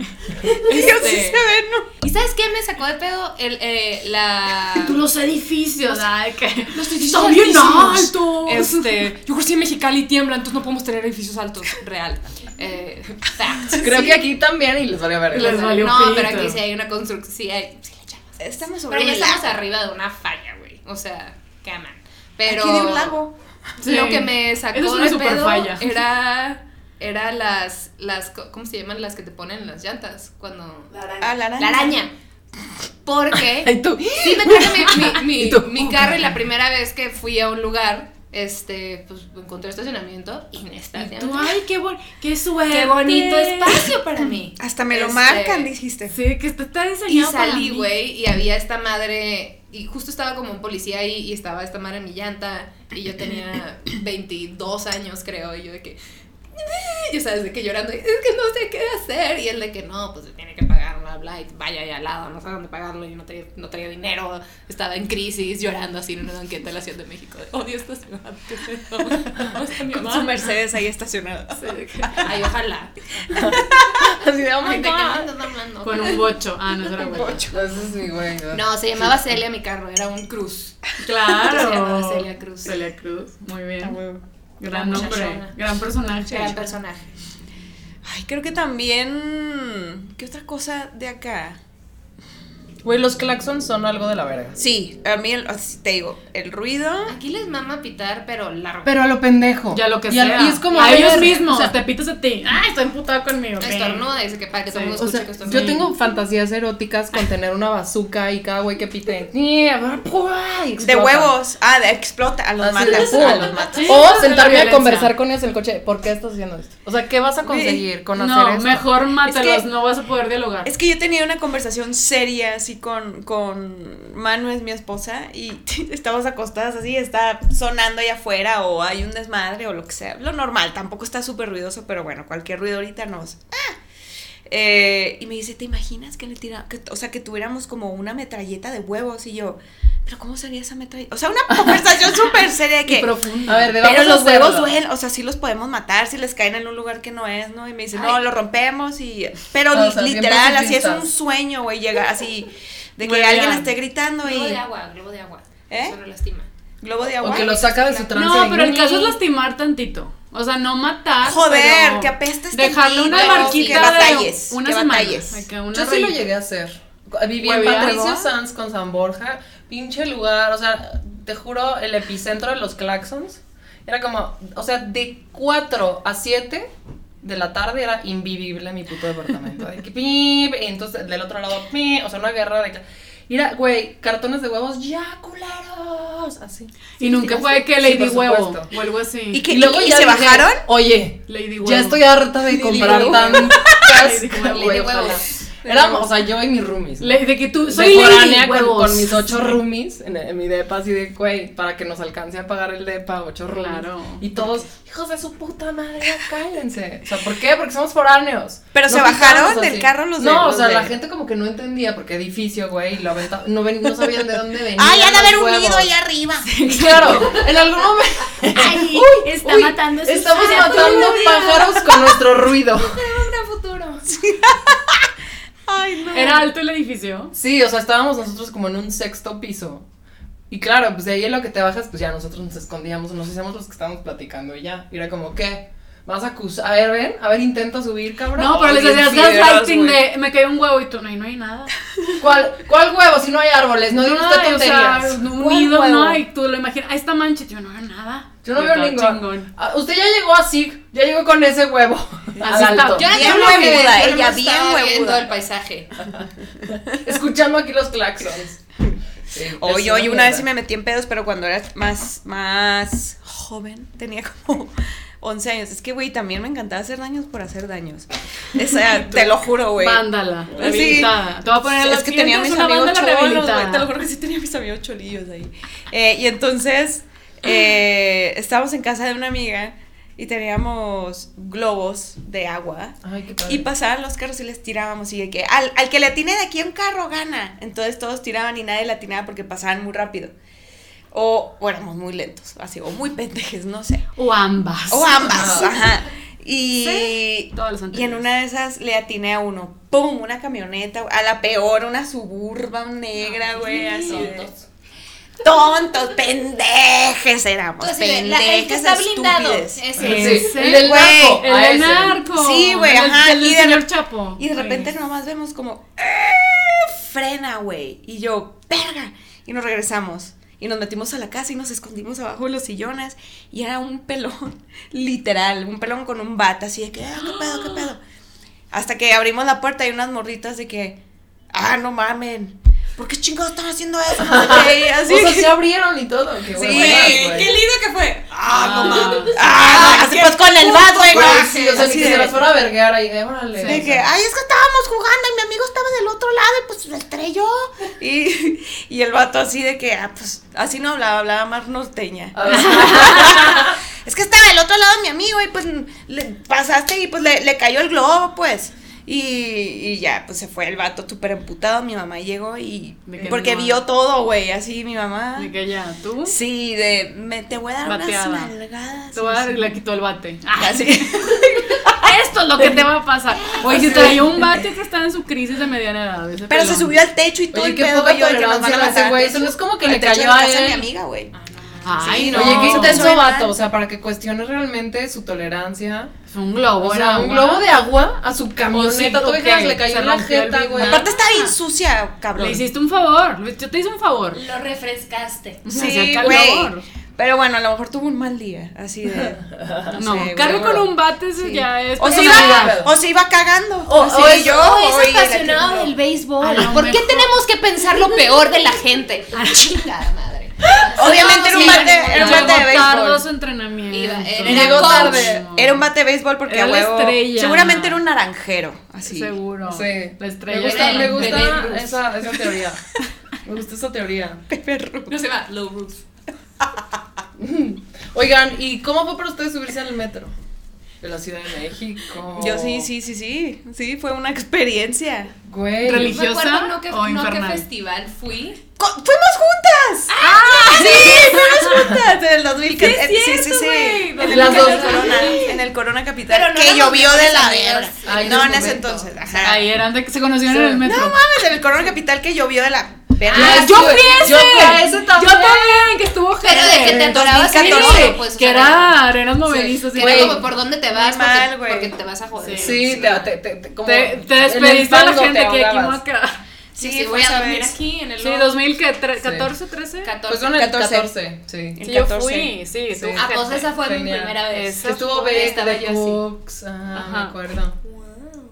y yo sí Este. se ve, ¿no? ¿Y sabes qué me sacó de pedo? El, eh, la... Tú los edificios, ay, que Los son bien altos. Este, yo crecí en Mexicali y tiembla, entonces no podemos tener edificios altos, [laughs] real. Eh, fact. [laughs] Creo que aquí también y les valió ver. Les valió No, pero pito. aquí sí hay una construcción, sí hay... sí le echamos. Estamos sobre Pero ya un estamos lago. arriba de una falla, güey. O sea, come on. Pero... Aquí de un lago. Sí. Lo que me Esa es sacó una de super pedo falla. era era las las co- ¿cómo se llaman las que te ponen las llantas cuando La araña. A la araña. la araña? Porque Ay, tú. sí me traje mi, mi- [laughs] mi- Y tú, mi carro y la primera vez que fui a un lugar, este, pues encontré estacionamiento y me Tú, estacioné. ay, qué, bon- qué suerte. Qué bonito espacio para mí. Hasta me lo Este, marcan, dijiste. Sí, que está, está Y diseñado para salí, mí. güey, y había esta madre, y justo estaba como un policía ahí, y estaba esta madre en mi llanta, y [coughs] yo tenía 22 años, creo, y yo de que, "Eh", ya sabes, de que llorando, es que no sé qué hacer, y él de que no, pues se tiene que pagar, bla, bla, y vaya ahí al lado, no sé dónde pagarlo, y no traía, no traía dinero, estaba en crisis, llorando así en una banqueta de la Ciudad de México, de, odio esta ciudad, qué pedo, [laughs] vamos a mi Con su mamá. Mercedes ahí estacionada. Sí, de que, Ay, ojalá. Así de, oh my Gente, ¿qué más god. estás hablando? Con un bocho. Ah, no, eso era bocho. Ese es mi güey. ¿no? No, se llamaba Celia mi carro, era un cruz. Se Claro. llamaba Celia Cruz. Celia Cruz, muy bien. La Gran nombre, muchachona. gran personaje. Gran personaje. Ay, creo que también. ¿Qué otra cosa de acá? Güey, los claxons son algo de la verga. Sí, a mí, el- así te digo, el ruido. Aquí les mama pitar, pero largo. Pero a lo pendejo. Ya lo que y a- sea. y es como. a a ellos ver, mismos. o sea, te pitas a ti. Ay, está emputado conmigo. ok. Estornuda, dice que para que todo el Sí, mundo o escuche sea, que estornuda. yo tengo fantasías eróticas con tener una bazooka y cada güey que pite. "Nie", y De explota. huevos. Ah, de explota. A los Así matas. de- A los matas. Sí, o es de la sentarme a violencia. conversar con ellos en el coche. ¿Por qué estás haciendo esto? O sea, ¿qué vas a conseguir con hacer No, eso? mejor mátalos, Es que- no vas a poder dialogar. Es que yo tenía una conversación seria así con, con Manu, es mi esposa, y [laughs] estamos acostadas así, está sonando allá afuera o hay un desmadre o lo que sea. Lo normal, tampoco está súper ruidoso, pero bueno, cualquier ruido ahorita nos... ¡Ah! Eh, y me dice, ¿te imaginas que le tira, que- o sea, que tuviéramos como una metralleta de huevos? Y yo, ¿pero cómo sería esa metralleta? O sea, una conversación súper seria de que... A ver, debamos Pero los hacerlo. huevos duelen, o sea, sí los podemos matar si les caen en un lugar que no es, ¿no? Y me dice, no, lo [laughs] rompemos y... Pero O li- sea, bien literal, así es pacifistas. un sueño, güey, [laughs] llega así, de Muy que alguien bien. la esté gritando y... Globo de agua, globo de agua. ¿Eh? Eso no lastima. Globo de agua. O que lo saca de su trance. No, de, pero el "Ni". caso es lastimar tantito. O sea, no matar. Joder, pero que apestes Dejarle tantito, una que marquita batalles, de una que semana. batalles. Acá una Yo sí lo rayita. llegué a hacer. Viví en Hueveado. Patricio Sanz con San Borja, pinche lugar, o sea, te juro, el epicentro de los claxons. Era como, o sea, de 4 a 7 de la tarde era invivible mi puto departamento. De que pip, y entonces del otro lado, pip, o sea, una guerra de... cla- Y era, güey, cartones de huevos, ya culeros, así. Y nunca fue que Sí, Lady por Huevo supuesto. o algo así. Y que y se dije, bajaron. Oye, Lady Huevo. ya estoy [laughs] harta de comprar huevo. tantas. Lady huevo. Lady ojalá. Éramos, o sea, yo y mis roomies. ¿no? Le- de que tú soy soy Lady con, Huevos. con mis ocho roomies en, en mi depa así de güey para que nos alcance a pagar el depa ocho roomies Claro. y todos hijos de su puta madre ya cállense o sea por qué porque somos foráneos Pero se pintamos bajaron del carro los de- no o los sea de- la gente como que no entendía porque edificio güey y lo aventaba- no ven- no sabían de dónde venía Ay, ha de haber un nido unido ahí arriba. claro [laughs] en algún momento [laughs] Ay, está matando a sus estamos [laughs] pájaros. matando pájaros con nuestro ruido Era alto el edificio. Sí, o sea, estábamos nosotros como en un sexto piso. Y claro, pues de ahí en lo que te bajas, pues ya nosotros nos escondíamos, nos hacíamos los que estábamos platicando y ya. Y era como, ¿qué? ¿Vas a acusar? A ver, ven, a ver, intenta subir, cabrón. No, pero les Bien decías fideras, gaslighting güey. de me cayó un huevo y tú no, y no hay nada. ¿Cuál, ¿Cuál huevo si no hay árboles? No digan usted hay, o sea, tonterías. un ¿Cuál nido, huevo? no, y tú lo imaginas, ah, esta mancha, yo no veo nada. Yo no Y veo todo ningún. Ah, Usted ya llegó así, ya llegó con ese huevo. Así Al está. alto. Yo no Bien tengo que huevuda, ver, yo ella, nomás estaba bien viendo huevuda. el paisaje. Escuchando aquí los claxons. Sí, es Oye, oye, una vez sí mierda. me metí en pedos, pero cuando era más, más joven, tenía como 11 años. Es que, güey, también me encantaba hacer daños por hacer daños. [laughs] O sea, te lo juro, güey. Vándala, Sí. rehabilitada. Te voy a poner en la es que tenía siguiente, mis es una amigos banda la cholos, rehabilitada. güey, Te lo juro que sí tenía mis amigos cholillos ahí. Eh, y [gasps] entonces eh, estábamos en casa de una amiga y teníamos globos de agua. Ay, qué padre. Y pasaban los carros y les tirábamos y de que al, al que le atine de aquí a un carro gana. Entonces todos tiraban y nadie le atinaba porque pasaban muy rápido. O, o éramos muy lentos, así, o muy pendejes, no sé. O ambas. O ambas, ajá. Y, todas las y en anteriores. una de esas le atiné a uno, ¡pum! Una camioneta, a la peor, una suburba negra, güey, así. de- Tontos, pendejes éramos. Tú así de, la- el que pendejes está blindado. estúpides. Ese. Sí, Ese, el del güey, narco. El a del ese. narco. Sí, güey, El- ajá, El del y de señor rep- Chapo. Y de Sí. repente nomás vemos como "Eh, frena, güey. Y yo, verga. Y nos regresamos. Y nos metimos a la casa y nos escondimos abajo de los sillones. Y era un pelón, [laughs] literal, un pelón con un bata así de que, ah, qué pedo, qué pedo. Hasta que abrimos la puerta y unas morritas de que, ah, no mamen. ¿Por qué chingados están haciendo [laughs] eso? No sé qué, así O sea, que- se abrieron y todo. Qué Sí, huevo, güey. qué lindo que fue. Ah, no Ah. mames. Ah, así pues con el bat, güey. Güey, sí, o sea, Así si se de- las fuera a verguear ahí, eh, órale. Sí. de que, ay, es que estábamos jugando y mi amigo estaba del otro lado y pues lo estrelló. Y, y el vato así de que, ah, pues así no hablaba, hablaba más norteña. [laughs] A ver, Es que estaba del otro lado mi amigo y pues le pasaste y pues le, le cayó el globo, pues. Y, y ya, pues se fue el vato súper emputado. Mi mamá llegó y. De que Porque no. vio todo, güey, así mi mamá. De que ya, tú. Sí, de. Me, te voy a dar Bateada. unas nalgadas. Te voy a dar, le quitó el bate. Ah, Así. [laughs] esto es lo que te va a pasar. Oye, si traía un bate que estaba en su crisis de mediana edad. ese Pero se pelón. subió al techo y todo Oye, el qué pedo poca yo de que nos van a tolerancia a ese matar. güey, eso no es como que Al le techo de cayó la a casa de él. mi amiga, güey. Ay, no. Oye, qué no. intenso Suena. vato, o sea, para que cuestione realmente su tolerancia. Es un globo, O sea, un globo de agua a su camioneta, sí, tú ok, dijeras, le cayó se en la rompió el jeta, Big güey. Mac. Aparte está bien sucia, cabrón. Le hiciste un favor, Luis, yo te hice un favor. Lo refrescaste. Sí, Acerca el güey. favor. Pero bueno, a lo mejor tuvo un mal día, así de... No, sé, cargo güey. con un bate, eso ya es. O se personalidad. iba, o se iba cagando. O- así o es- yo, o es hoy en la apasionado tribuna. del béisbol. A lo ¿Por qué mejor- tenemos que pensar lo peor de la gente? Chingada madre. [laughs] Obviamente era un Sí, bate, bueno, era un bate de Llegó tarde a béisbol. su entrenamiento. Iba, era- Era Llegó coach. tarde. Era un bate de béisbol porque Era a la huevo- estrella. Seguramente era un naranjero, así. Seguro. Sí. La Me estrella. gusta, era- me Bebé gusta Ruth. esa, esa teoría. Me gusta esa teoría. Pepe Ruth. No se va, Low Roof. Oigan, ¿y cómo fue para ustedes subirse al metro? De la Ciudad de México. Yo sí, sí, sí, sí. Sí, fue una experiencia. Güey. Religioso. Me ¿Religiosa acuerdo no que, o no que infernal? festival fui. Co- ¡Fuimos juntas! ¡Ah! ¡Sí! ¡Fuimos juntas! En el 2014. eh, Sí, sí, sí. En el, Las dos. Corona, en el Corona Capital. Pero no que éramos llovió de mejores la amigas verga. Ay, No, en en ese momento. entonces. Ajá. Ahí eran de que se conocieron en el no metro. mames, en el Corona Capital que llovió de la verga. Ah, yo fui yo- ese. yo fui a ese también. Yo también, que estuvo Pero de que te atorabas en el 2014, oro, pues. o Que sea, era arenas Sí, movedizas. que y- era güey. Pues como por dónde te vas Muy mal, porque, güey. porque te vas a joder. Sí, te, te, te, te- como Te, te en el despediste a la fango te gente que aquí ahogabas. acá. Sí, sí, Sí, fue voy a esa dormir vez. aquí en el Sí, oro. 2014, 13. 14. Pues en el 14, 14. sí. Sí, yo 14. fui, sí, sí. Ah, pues esa fue mi Genial. primera vez. Esa Estuvo Fue- Beck, estaba de yo así. Cooks, ah, Ajá. me acuerdo.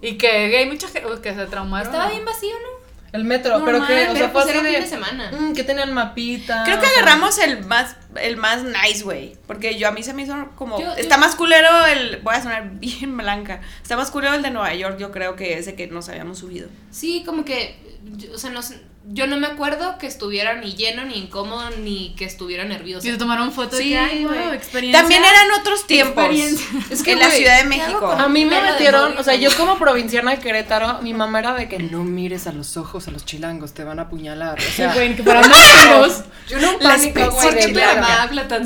Y que gay, mucha gente uy, que se traumaron. Estaba bien vacío, ¿no? El metro, pero que, o pero sea, fue pues así era un fin de, de semana. mm, que tenían mapita. Creo que o sea, agarramos el más, el más nice, güey. Porque yo a mí se me hizo como. Yo- está yo- más culero el. Voy a sonar [laughs] bien blanca. Está más culero el de Nueva York, yo creo que ese que nos habíamos subido. Sí, como que, yo- o sea, no, sé, yo no me acuerdo que estuviera ni lleno, ni incómodo, ni que estuviera nervioso. Y se tomaron fotos Sí, de que, ay, güey. wow, experiencia. También eran otros tiempos. experiencia. Es que, que en la güey, Ciudad de ¿qué hago México. con- A mí me Pero de metieron, móvil, o sea, ¿no? yo como provinciana de Querétaro, mi mamá era de que no mires a los ojos a los chilangos, te van a apuñalar. O sea, [laughs] Güey, que fueron los yo no La pánico, güey, de especie. La mamá verga. habla tan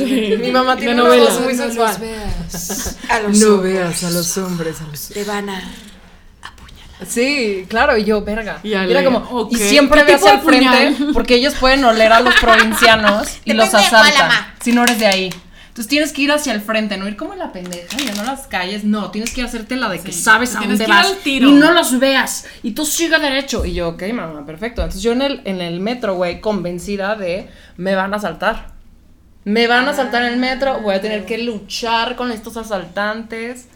[laughs] Mi mamá tiene De una voz novela. muy No los sensual. A los ojos veas a los hombres, a los Te van a. Sí, claro, y yo, verga. Y Y Ale, era como, ok. y siempre ¿Qué veas tipo de al frente, puñal? porque ellos pueden oler a los [laughs] provincianos y Depende los de cuál, asaltan. ama. Si no eres de ahí. Entonces tienes que ir hacia el frente, no ir como la pendeja, ya no las calles, no, tienes que hacerte la de que sabes a Tienes dónde que ir vas al tiro. y no los veas y tú siga derecho. Y yo, ok, mamá, perfecto. Entonces yo en el, en el metro, güey, convencida de me van a asaltar. Me van a asaltar en el metro, voy a tener que luchar con estos asaltantes,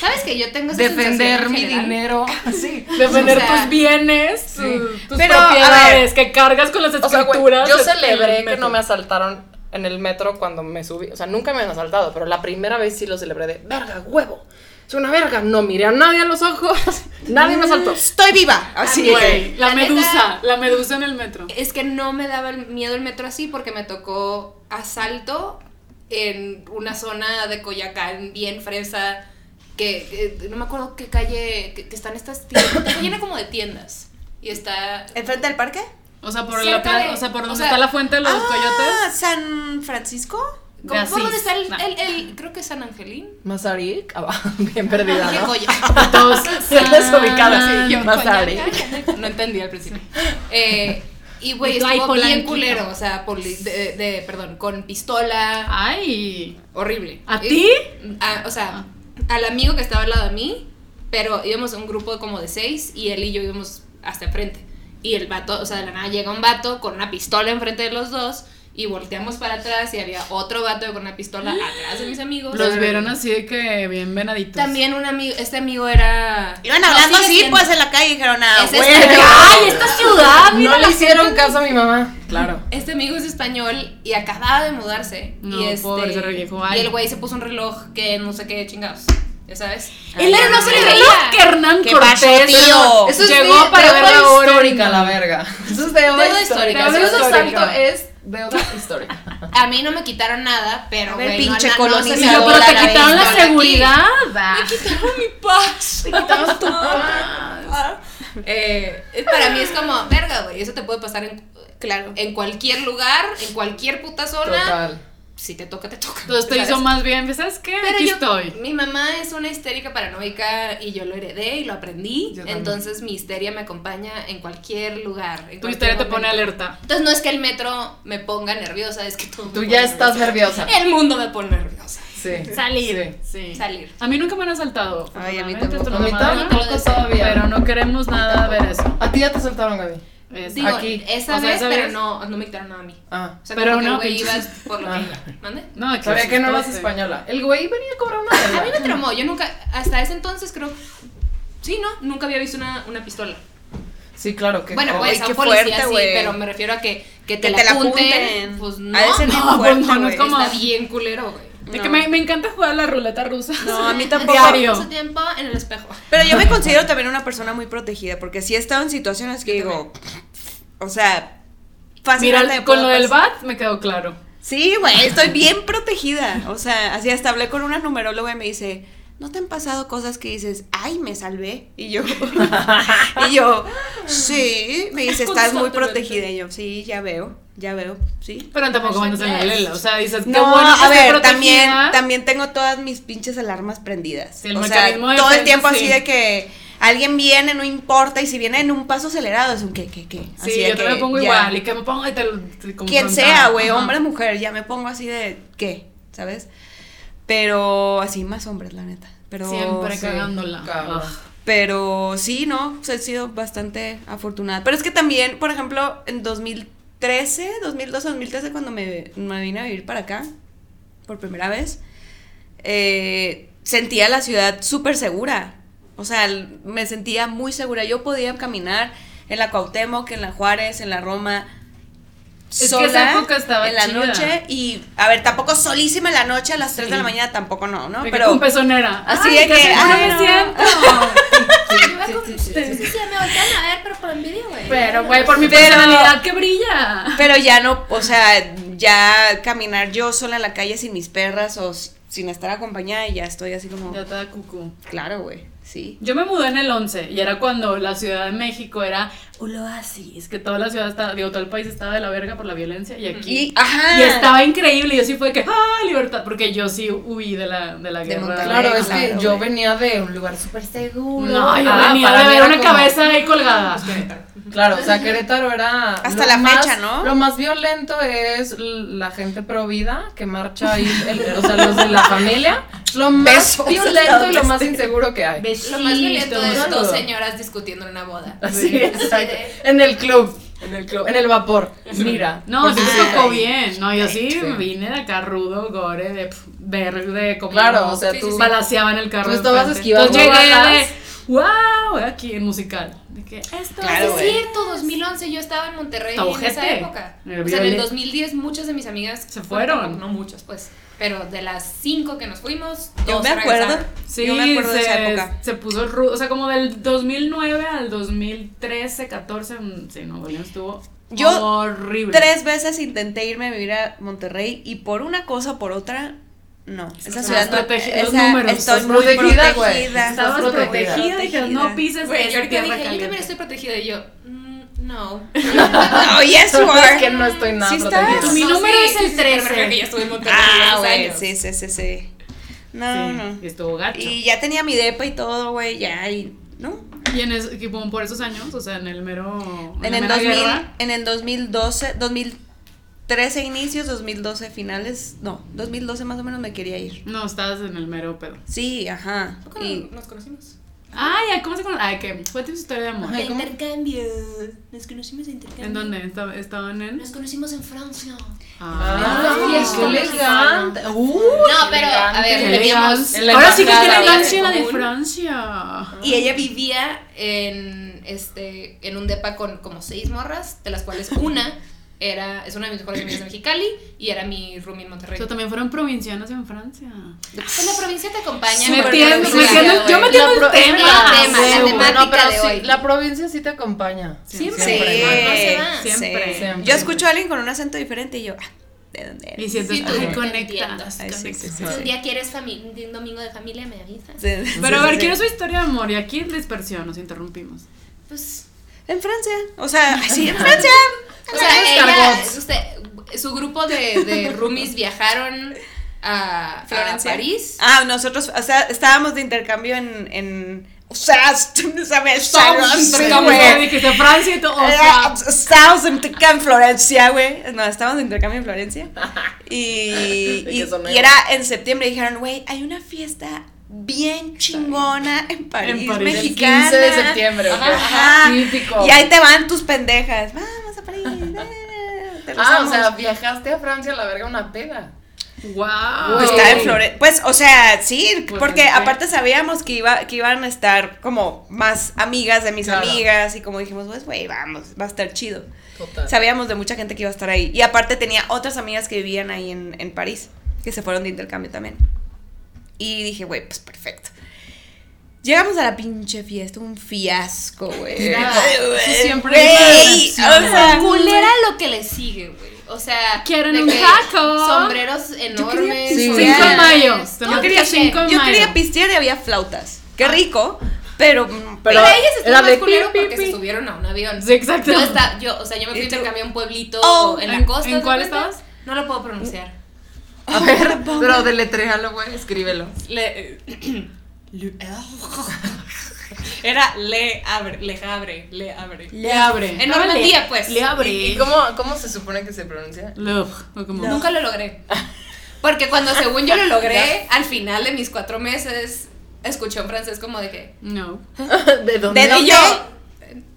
¿Sabes que yo tengo esa defender sensación en mi general? [laughs] dinero. Ah, Sí. [laughs] Defender O sea, tus bienes, tus Pero, a propiedades que cargas con las O sea, güey, escrituras. yo del celebré que no me este metro. asaltaron en el metro cuando me subí. O sea, nunca me han asaltado, pero la primera vez sí lo celebré de verga, huevo. Es una verga. No miré a nadie a los ojos. [laughs] Nadie me [laughs] asaltó. Estoy viva. Ah, Así Güey, la La neta- medusa, la medusa en el metro. Es que no me daba el miedo el metro así porque me tocó asalto en una zona de Coyacán bien fresa que, que no me acuerdo qué calle que, que están estas tiendas, una calle llena como de tiendas y está ¿Enfrente del parque? O sea, por la Cerca pla- de- o sea, por o donde sea, está la fuente de los Ah, [laughs] coyotes. ¿San Francisco? de ¿cómo, por Asís. dónde está el, Nah. el- el- creo que San Angelín? Mazarik, [laughs] ah, va, bien perdida, Dije ¿no? Coyoacán. Todos Bien desubicada, sí, Yo, Mazarik. Coyoacán, No entendí al principio. Eh, y Y güey, tú, ay, estuvo bien Polanquito. culero, o sea, poli- de- de- perdón, con pistola. Ay. Horrible. ¿A Y- ti? a- o sea, al amigo que estaba al lado de mí, pero íbamos un grupo como de seis y él y yo íbamos hasta enfrente. Y el vato, o sea, de la nada llega un vato con una pistola enfrente de los dos y volteamos para atrás y había otro vato con una [gasps] pistola atrás de mis amigos. Los vieron así de que bien venaditos. También un amigo, este amigo era... Iban No, hablando sigue así, siendo. pues en la calle y dijeron, ah, Es güey. este- ¡Ay, esta Ah, ciudad! No le hicieron caso a mi mamá. Claro. Este amigo es español y acababa de mudarse. No, y este, pobre, ese viejo, Y ay. el güey se puso un reloj que no sé qué chingados. Ya sabes. Él era no se le El veía. reloj que Hernán ¿Qué pasó, Cortés tío? Eso es Llegó de, para de ver otra la hora. histórica, la verga. [laughs] Eso es de otra otra histórica, histórica. sí, Pero otra eso histórica. santo es de otra [laughs] histórica. pues, A mí no me quitaron nada, pero A ver, güey, no, pinche na- no, colonizador. se Y me yo, acabó pero te la quitaron la vista. seguridad. Te quitamos tu- Eh, es- para mí es como, verga, güey, eso te puede pasar en, Claro. en cualquier lugar, en cualquier puta zona. Total. si te toca, te toca. Entonces te ¿sabes? hizo más bien, ¿sabes qué? Pero Aquí yo, estoy. mi mamá es una histérica paranoica y yo lo heredé y lo aprendí. Yo también. Entonces mi histeria me acompaña en cualquier lugar. en Tu cualquier historia te momento. pone alerta. Entonces no es que el metro me ponga nerviosa, es que todo me Tú pone ya estás nerviosa. nerviosa. El mundo me pone nerviosa. Sí. Salir. Sí. Salir. A mí nunca me han asaltado. Ay, a mí afortunadamente, tampoco. tu A mí mamá, tampoco pero todavía. Pero no queremos nada ver eso. A ti ya te soltaron, Gaby. Es- Digo, Aquí. esa O sea, vez, esa pero vez. no, no me quitaron nada a mí. Ah. O sea, Pero pero no, no, que el güey pinche- ibas por lo que Ah. iba. ¿Mande? No, qué Sabía que no eras asustaste. española. El güey venía a cobrar una [laughs] deuda. A mí me traumó, yo nunca, hasta ese entonces creo, sí, ¿no? Nunca había visto una, una pistola. Sí, claro que. bueno, oh, pues Ay, a qué un policía fuerte, sí, güey. pero me refiero a que, que te, Que la, te la apunten, apunten. pues no, A ese no, nivel pues fuerte, no, no es güey. como- está bien culero, güey. De que me, me encanta jugar a la ruleta rusa. No, a [laughs] mí tampoco. Diario. Mucho tiempo en el espejo. Pero yo me considero también una persona muy protegida, porque sí he estado en situaciones que digo, o sea, fácilmente Mira, me con puedo lo del pasar. bat me quedó claro. Sí, güey, estoy bien protegida. O sea, así hasta hablé con una numeróloga y me dice, ¿no te han pasado cosas que dices, ay, me salvé? Y yo, [laughs] y yo, sí, me dice, estás muy protegida. Y yo, sí, ya veo, ya veo, sí. Pero tampoco mandas en la lela. O sea, dices, qué No, bueno que a esté ver, también, protegida. también tengo todas mis pinches alarmas prendidas. Sí, el o sea, mecanismo de todo el defensa, tiempo sí. así de que alguien viene, no importa, y si viene en un paso acelerado, es un que, que, que. Sí, Así de yo también que me pongo ya. igual. Y que me ponga y te lo. te Quien confronta. sea, güey, Ajá. hombre, mujer, ya me pongo así de, ¿qué? ¿Sabes? Pero así más hombres, la neta. Pero, Siempre cagándola. cabrón. Ugh. Pero sí, ¿no? O sea, he sido bastante afortunada. Pero es que también, por ejemplo, en 2013, 2012, 2013, cuando me, me vine a vivir para acá, por primera vez, eh, sentía la ciudad súper segura. O sea, el- me sentía muy segura. Yo podía caminar en la Cuauhtémoc, en la Juárez, en la Roma. que esa época estaba en la chida. noche y a ver tampoco solísima en la noche a las 3 de Sí. la mañana tampoco no no De que pero con pezonera. Así Ay, de casi que, no ay, me no. siento. [laughs] Sí, sí, me voltean a ver, pero por envidia, güey. Pero, güey, por mi Pero- personalidad que brilla. Pero ya no, o sea, ya caminar yo sola en la calle sin mis perras o s- sin estar acompañada y ya estoy así como, Ya te da cucú. claro, güey, sí. Yo me mudé en el 11 y era cuando la Ciudad de México era un oasis, que toda la ciudad estaba, digo, todo el país estaba de la verga por la violencia y aquí. Y, ajá. Y Ah. estaba increíble, yo sí fue que, ¡ah, libertad! Porque yo sí huí de la, de la guerra. Monterrey. Claro, es que Claro, yo güey. venía de un lugar súper seguro. No, yo Ah, venía para de mí ver era una como- cabeza ahí colgada. Claro, o sea, Querétaro era. Hasta lo la más- fecha, ¿no? Lo más violento es l- la gente provida que marcha ahí, el- o sea, los de la familia. Es lo más Besos hasta violento y lo donde más Este. esté. inseguro que hay. Lo más violento es todo. dos señoras discutiendo en una [laughs] boda. Así, exacto. En el club. [laughs] En el club. En el vapor. Mira. No, sí porque me tocó bien. No, yo Sí. sí me vine de acá rudo, gore, de pf, verde, como. Claro, o sea, Sí, tú- sí, sí. Balaseaba en el carro. tú estabas enfrente. esquivando Entonces llegué de. balas. ¡Wow! Aquí en musical. De que esto Claro, es güey. cierto, 2011 yo Ah, estaba en Monterrey Está en esa ojete. época. Nervio- O sea, en el 2010 muchas de mis amigas Se fueron. tampoco, no muchas, pues. Pero de las cinco que nos fuimos, dos Yo me acuerdo, regresaron. Sí, yo me acuerdo se, de esa época. se puso rudo. O sea, como del 2009 al 2013, 14. mm, Sí, no, Bolivia estuvo Yo horrible. Tres veces intenté irme a vivir a Monterrey y por una cosa o por otra, no. Esa ciudad no, protege- los esa- números, estoy estás muy protegida, protegida, güey. Estabas Estás protegida, protegida. dijeron, no pises Güey, esa yo ahorita tierra dije, yo también caliente". estoy protegida. Y yo, mm, [laughs] no. [laughs] [laughs] Oh, yes, you Es are. que no estoy nada Sí estás. protegida. Mi número es el pero me 13. refiero que ya estuve en Monterrey Ah, hace güey, años. sí, sí, sí, sí. No, Sí, no. y estuvo gacho. Y ya tenía mi depa y todo, güey, ya, y, ¿no? Y en es- que como por esos años, o sea, en el mero. En la el, mera 2000, guerra, en el 2012, 2013 inicios, 2012 finales, no, 2012 más o menos me quería ir. No, estabas en el mero pedo. Sí, ajá. ¿Cómo Y, nos conocimos? Ay, ¿cómo se conoce? Ay, que cuéntame su historia de amor. Ay, ¿cómo? Intercambio. Nos conocimos de intercambio. ¿En dónde? ¿Estaba- ¿Estaban en? Nos conocimos en Francia. Ah, Ay, qué elegante. Uh, No, pero, a qué ver, elegante. teníamos. En la Ahora sí que embajada, tiene ¿verdad? elegancia la de Común. Francia. Y ella vivía en este en un depa con como seis morras, de las cuales una era es una de mis mejores amigas de Mexicali y era mi roomie en O Monterrey. sea, también fueron provincianos en Francia. Pues la provincia te acompaña. pues Me pero tiendo- la me provincia, tiendo- güey. yo me La tiendo el pro- tema, el tema, sí, la bueno, temática pero de sí, hoy. la provincia sí te acompaña. Siempre. Sí. No, no se va. Siempre. sí. Siempre. Yo escucho a alguien con un acento diferente y yo, ah, ¿de dónde Y eres? sientes, Sí, tú, ay, te conectas. entiendas. Ay, sí, sí, conectas. sí, Si sí. un día quieres fami- un domingo de familia, me avisas. Sí, sí, Pero a sí, ver, sí. quiero su historia de amor. Y aquí en dispersión nos interrumpimos. Pues En Francia, o sea, ay, sí, en Francia. O sea, ella, usted- su grupo de, de roomies viajaron a, a Florencia. París. Ah, nosotros, o sea, estábamos de intercambio en. en o sea, ¿sabes? Intercambio de güey. que de Francia y todo. O sea, Estábamos de intercambio en Florencia, güey. No, estábamos de intercambio [laughs] en Florencia. Y, De y, que son y era en septiembre. Y dijeron, güey, hay una fiesta bien chingona en París, En París. El mexicana. 15 de septiembre, ok. Ajá. Típico. Y ahí te van tus pendejas. Vamos a París. eh, te Ah, o rezamos. sea, viajaste a Francia a la verga una peda. wow. Pues estaba en Flore- Pues, o sea, sí, Pues, porque ¿en qué? aparte sabíamos que, iba, que iban a estar como más amigas de mis Claro. amigas y como dijimos, pues, güey, vamos, va a estar chido. Total. Sabíamos de mucha gente que iba a estar ahí. Y aparte tenía otras amigas que vivían ahí en, en París, que se fueron de intercambio también. Y dije, güey, pues perfecto. Llegamos a la pinche fiesta, un fiasco, güey. Nada, eso siempre Güey, es una o sea, Ah, culera lo que le sigue, güey. O sea, Quieren de un que taco. Sombreros enormes. Sí. sombreros- Cinco de mayo. Todo Yo quería que- cinco de mayo. yo Ah. quería pistear y había flautas. Qué rico, pero... mm, Pero Pero ellas era están más de culero pi, pi, porque pi. se subieron a un avión. Sí, exacto. Yo, esta- yo, o sea, yo me fui a ¿Y tú? intercambio a un pueblito Oh, o en la ¿en- costa. en ¿te cuál cuenta? estabas? No lo puedo pronunciar. [laughs] A ver, pero deletréalo, güey, escríbelo. Le, Le- Era le abre, le abre, le abre. Le abre. En Normandía, pues. Le abre. ¿Y cómo, cómo se supone que [laughs] se pronuncia? Love. o como- Nunca lo logré. Porque cuando según yo lo [laughs] logré, al final de mis cuatro meses, escuché un francés como de que. No. ¿De dónde? ¿De Y dónde? yo.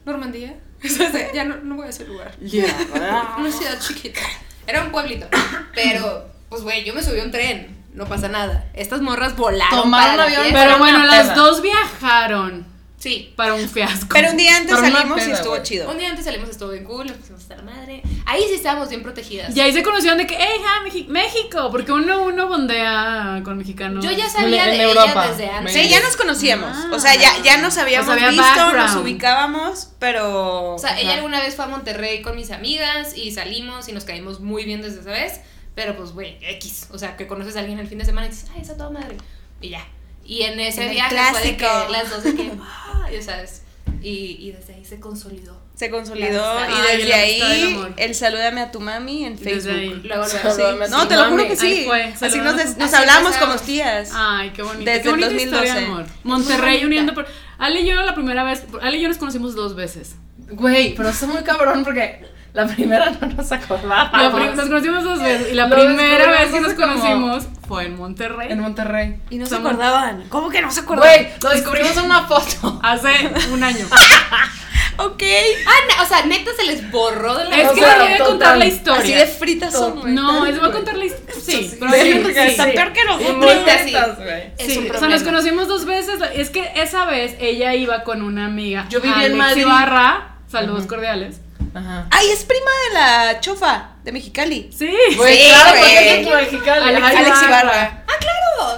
Normandía. [laughs] ya no, no voy a ese lugar. Una ciudad chiquita. Era un pueblito. Pero, pues, güey, yo me subí a un tren. No pasa nada. Estas morras volaron. Tomaron para la avión, fiesta. Pero una bueno, las peda. dos viajaron Sí. para un fiasco. Pero un día antes Pero una salimos y peda, estuvo güey. chido. Un día antes salimos, estuvo bien cool, nos pusimos hasta la madre. Ahí sí estábamos bien protegidas. Y ahí se conocieron de que, hey, ja, Meji- México, porque uno uno bondea con mexicanos. Yo ya sabía En- e- en de Europa. ella desde antes. Sí, ya nos conocíamos. o sea, ya, ya nos habíamos O sea, Ah. Pues había visto, background. nos ubicábamos, pero. O sea, ella alguna vez fue a Monterrey con mis amigas y salimos y nos caímos muy bien desde esa vez. Pero pues, güey, X. O sea, que conoces a alguien el fin de semana y dices, ay, esa toda madre. Y ya. Y en ese En el viaje fue de que clásico. las dos de que, "Ah", ya sabes. Y, y desde ahí se consolidó. se consolidó Ah, y y desde la amistad del ahí amor. el salúdame a tu mami en Desde Facebook. ahí. Luego, luego, sí. Salúdame a No, tu te lo juro mami. que sí. Ahí fue, Así saludamos. nos, des- nos Así hablamos empezamos. como tías. Ay, qué bonito. Desde qué bonita 2012. historia, amor. Monterrey bonita. uniendo por. Ale y yo la primera vez. Ale y yo nos conocimos dos veces. Güey, pero está muy cabrón porque la primera no nos La prim- acordábamos. nos conocimos dos veces. Y la Lo primera descubrimos vez que nos hace como- conocimos fue en Monterrey. En Monterrey. Y no Somos- acordaban. ¿Cómo que no se Güey, lo descubrimos en una foto. Hace un año. Ok. Ah, ne- o sea, neta se les borró de la es O que sea, no voy a total. contar la Así de historia. fritas son, güey. No, les voy a contar la historia. Sí, pero Sí, sí, porque sí. está peor que [laughs] nosotros, nosotros, güey. Es Sí, o un sea, nos problema. conocimos dos veces. Es que esa vez ella iba con una amiga. Yo vivía en Alex Madrid. Ibarra, saludos cordiales. Ajá. Ay, es prima de la chofa de Mexicali. Sí. Güey, Sí, claro, güey. porque es mexicana. Alex- Alex Ibarra.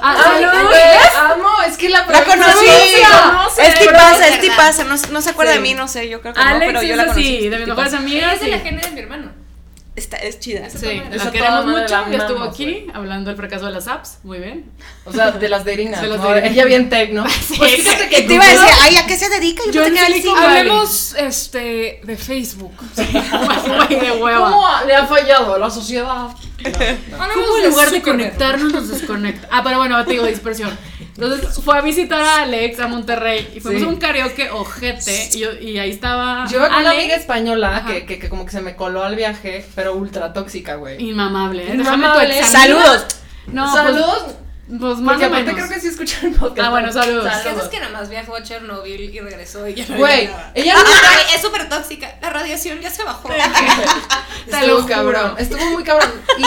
Ah, Ay, saludos. güey, amo, es que la La provincia conocí. se conoce, Es bro. tipaza, es tipaza. No, no se acuerda Sí. de mí, no sé, yo creo que no, Alex pero yo es la conocí. así, de mis mejores Ella amigas. es de la sí. gente de mi hermano. Está, es chida. Sí, Esa la toda queremos madre mucho. la Ya estuvo amamos, aquí hablando del fracaso de las apps. Muy bien. O sea, de las de Irina. De las ¿no? de Irina. Ella bien [laughs] tecno. Pues fíjate que Te iba a decir, ay, ¿a qué se dedica? Yo, Eh, Yo pensé que en era el Silicon cine. Valley. Hablemos este, de Facebook. [laughs] Güey, de hueva. ¿Cómo le ha fallado a la sociedad? ¿Cómo en lugar de conectarnos nos desconecta? Ah, pero bueno, te digo dispersión. Entonces fue a visitar a Alex a Monterrey y fuimos Sí. a un karaoke ojete y, yo- y ahí estaba Yo iba con una Alex. amiga española que, Ajá. que, que como que se me coló al viaje, pero ultra tóxica, güey. Inmamable. ¿eh? Inmamable. Déjame tu ex amiga. Saludos. No, pues- Saludos. Pues, más porque o aparte menos. creo que sí escucharon el podcast. Ah, bueno, saludos. El caso es que nada más viajó a Chernobyl y regresó y ya no Güey, había nada. [laughs] ella nunca Ah, Es súper tóxica. La radiación ya se bajó. Te lo estuvo cabrón. juro. Estuvo muy cabrón. [laughs] Y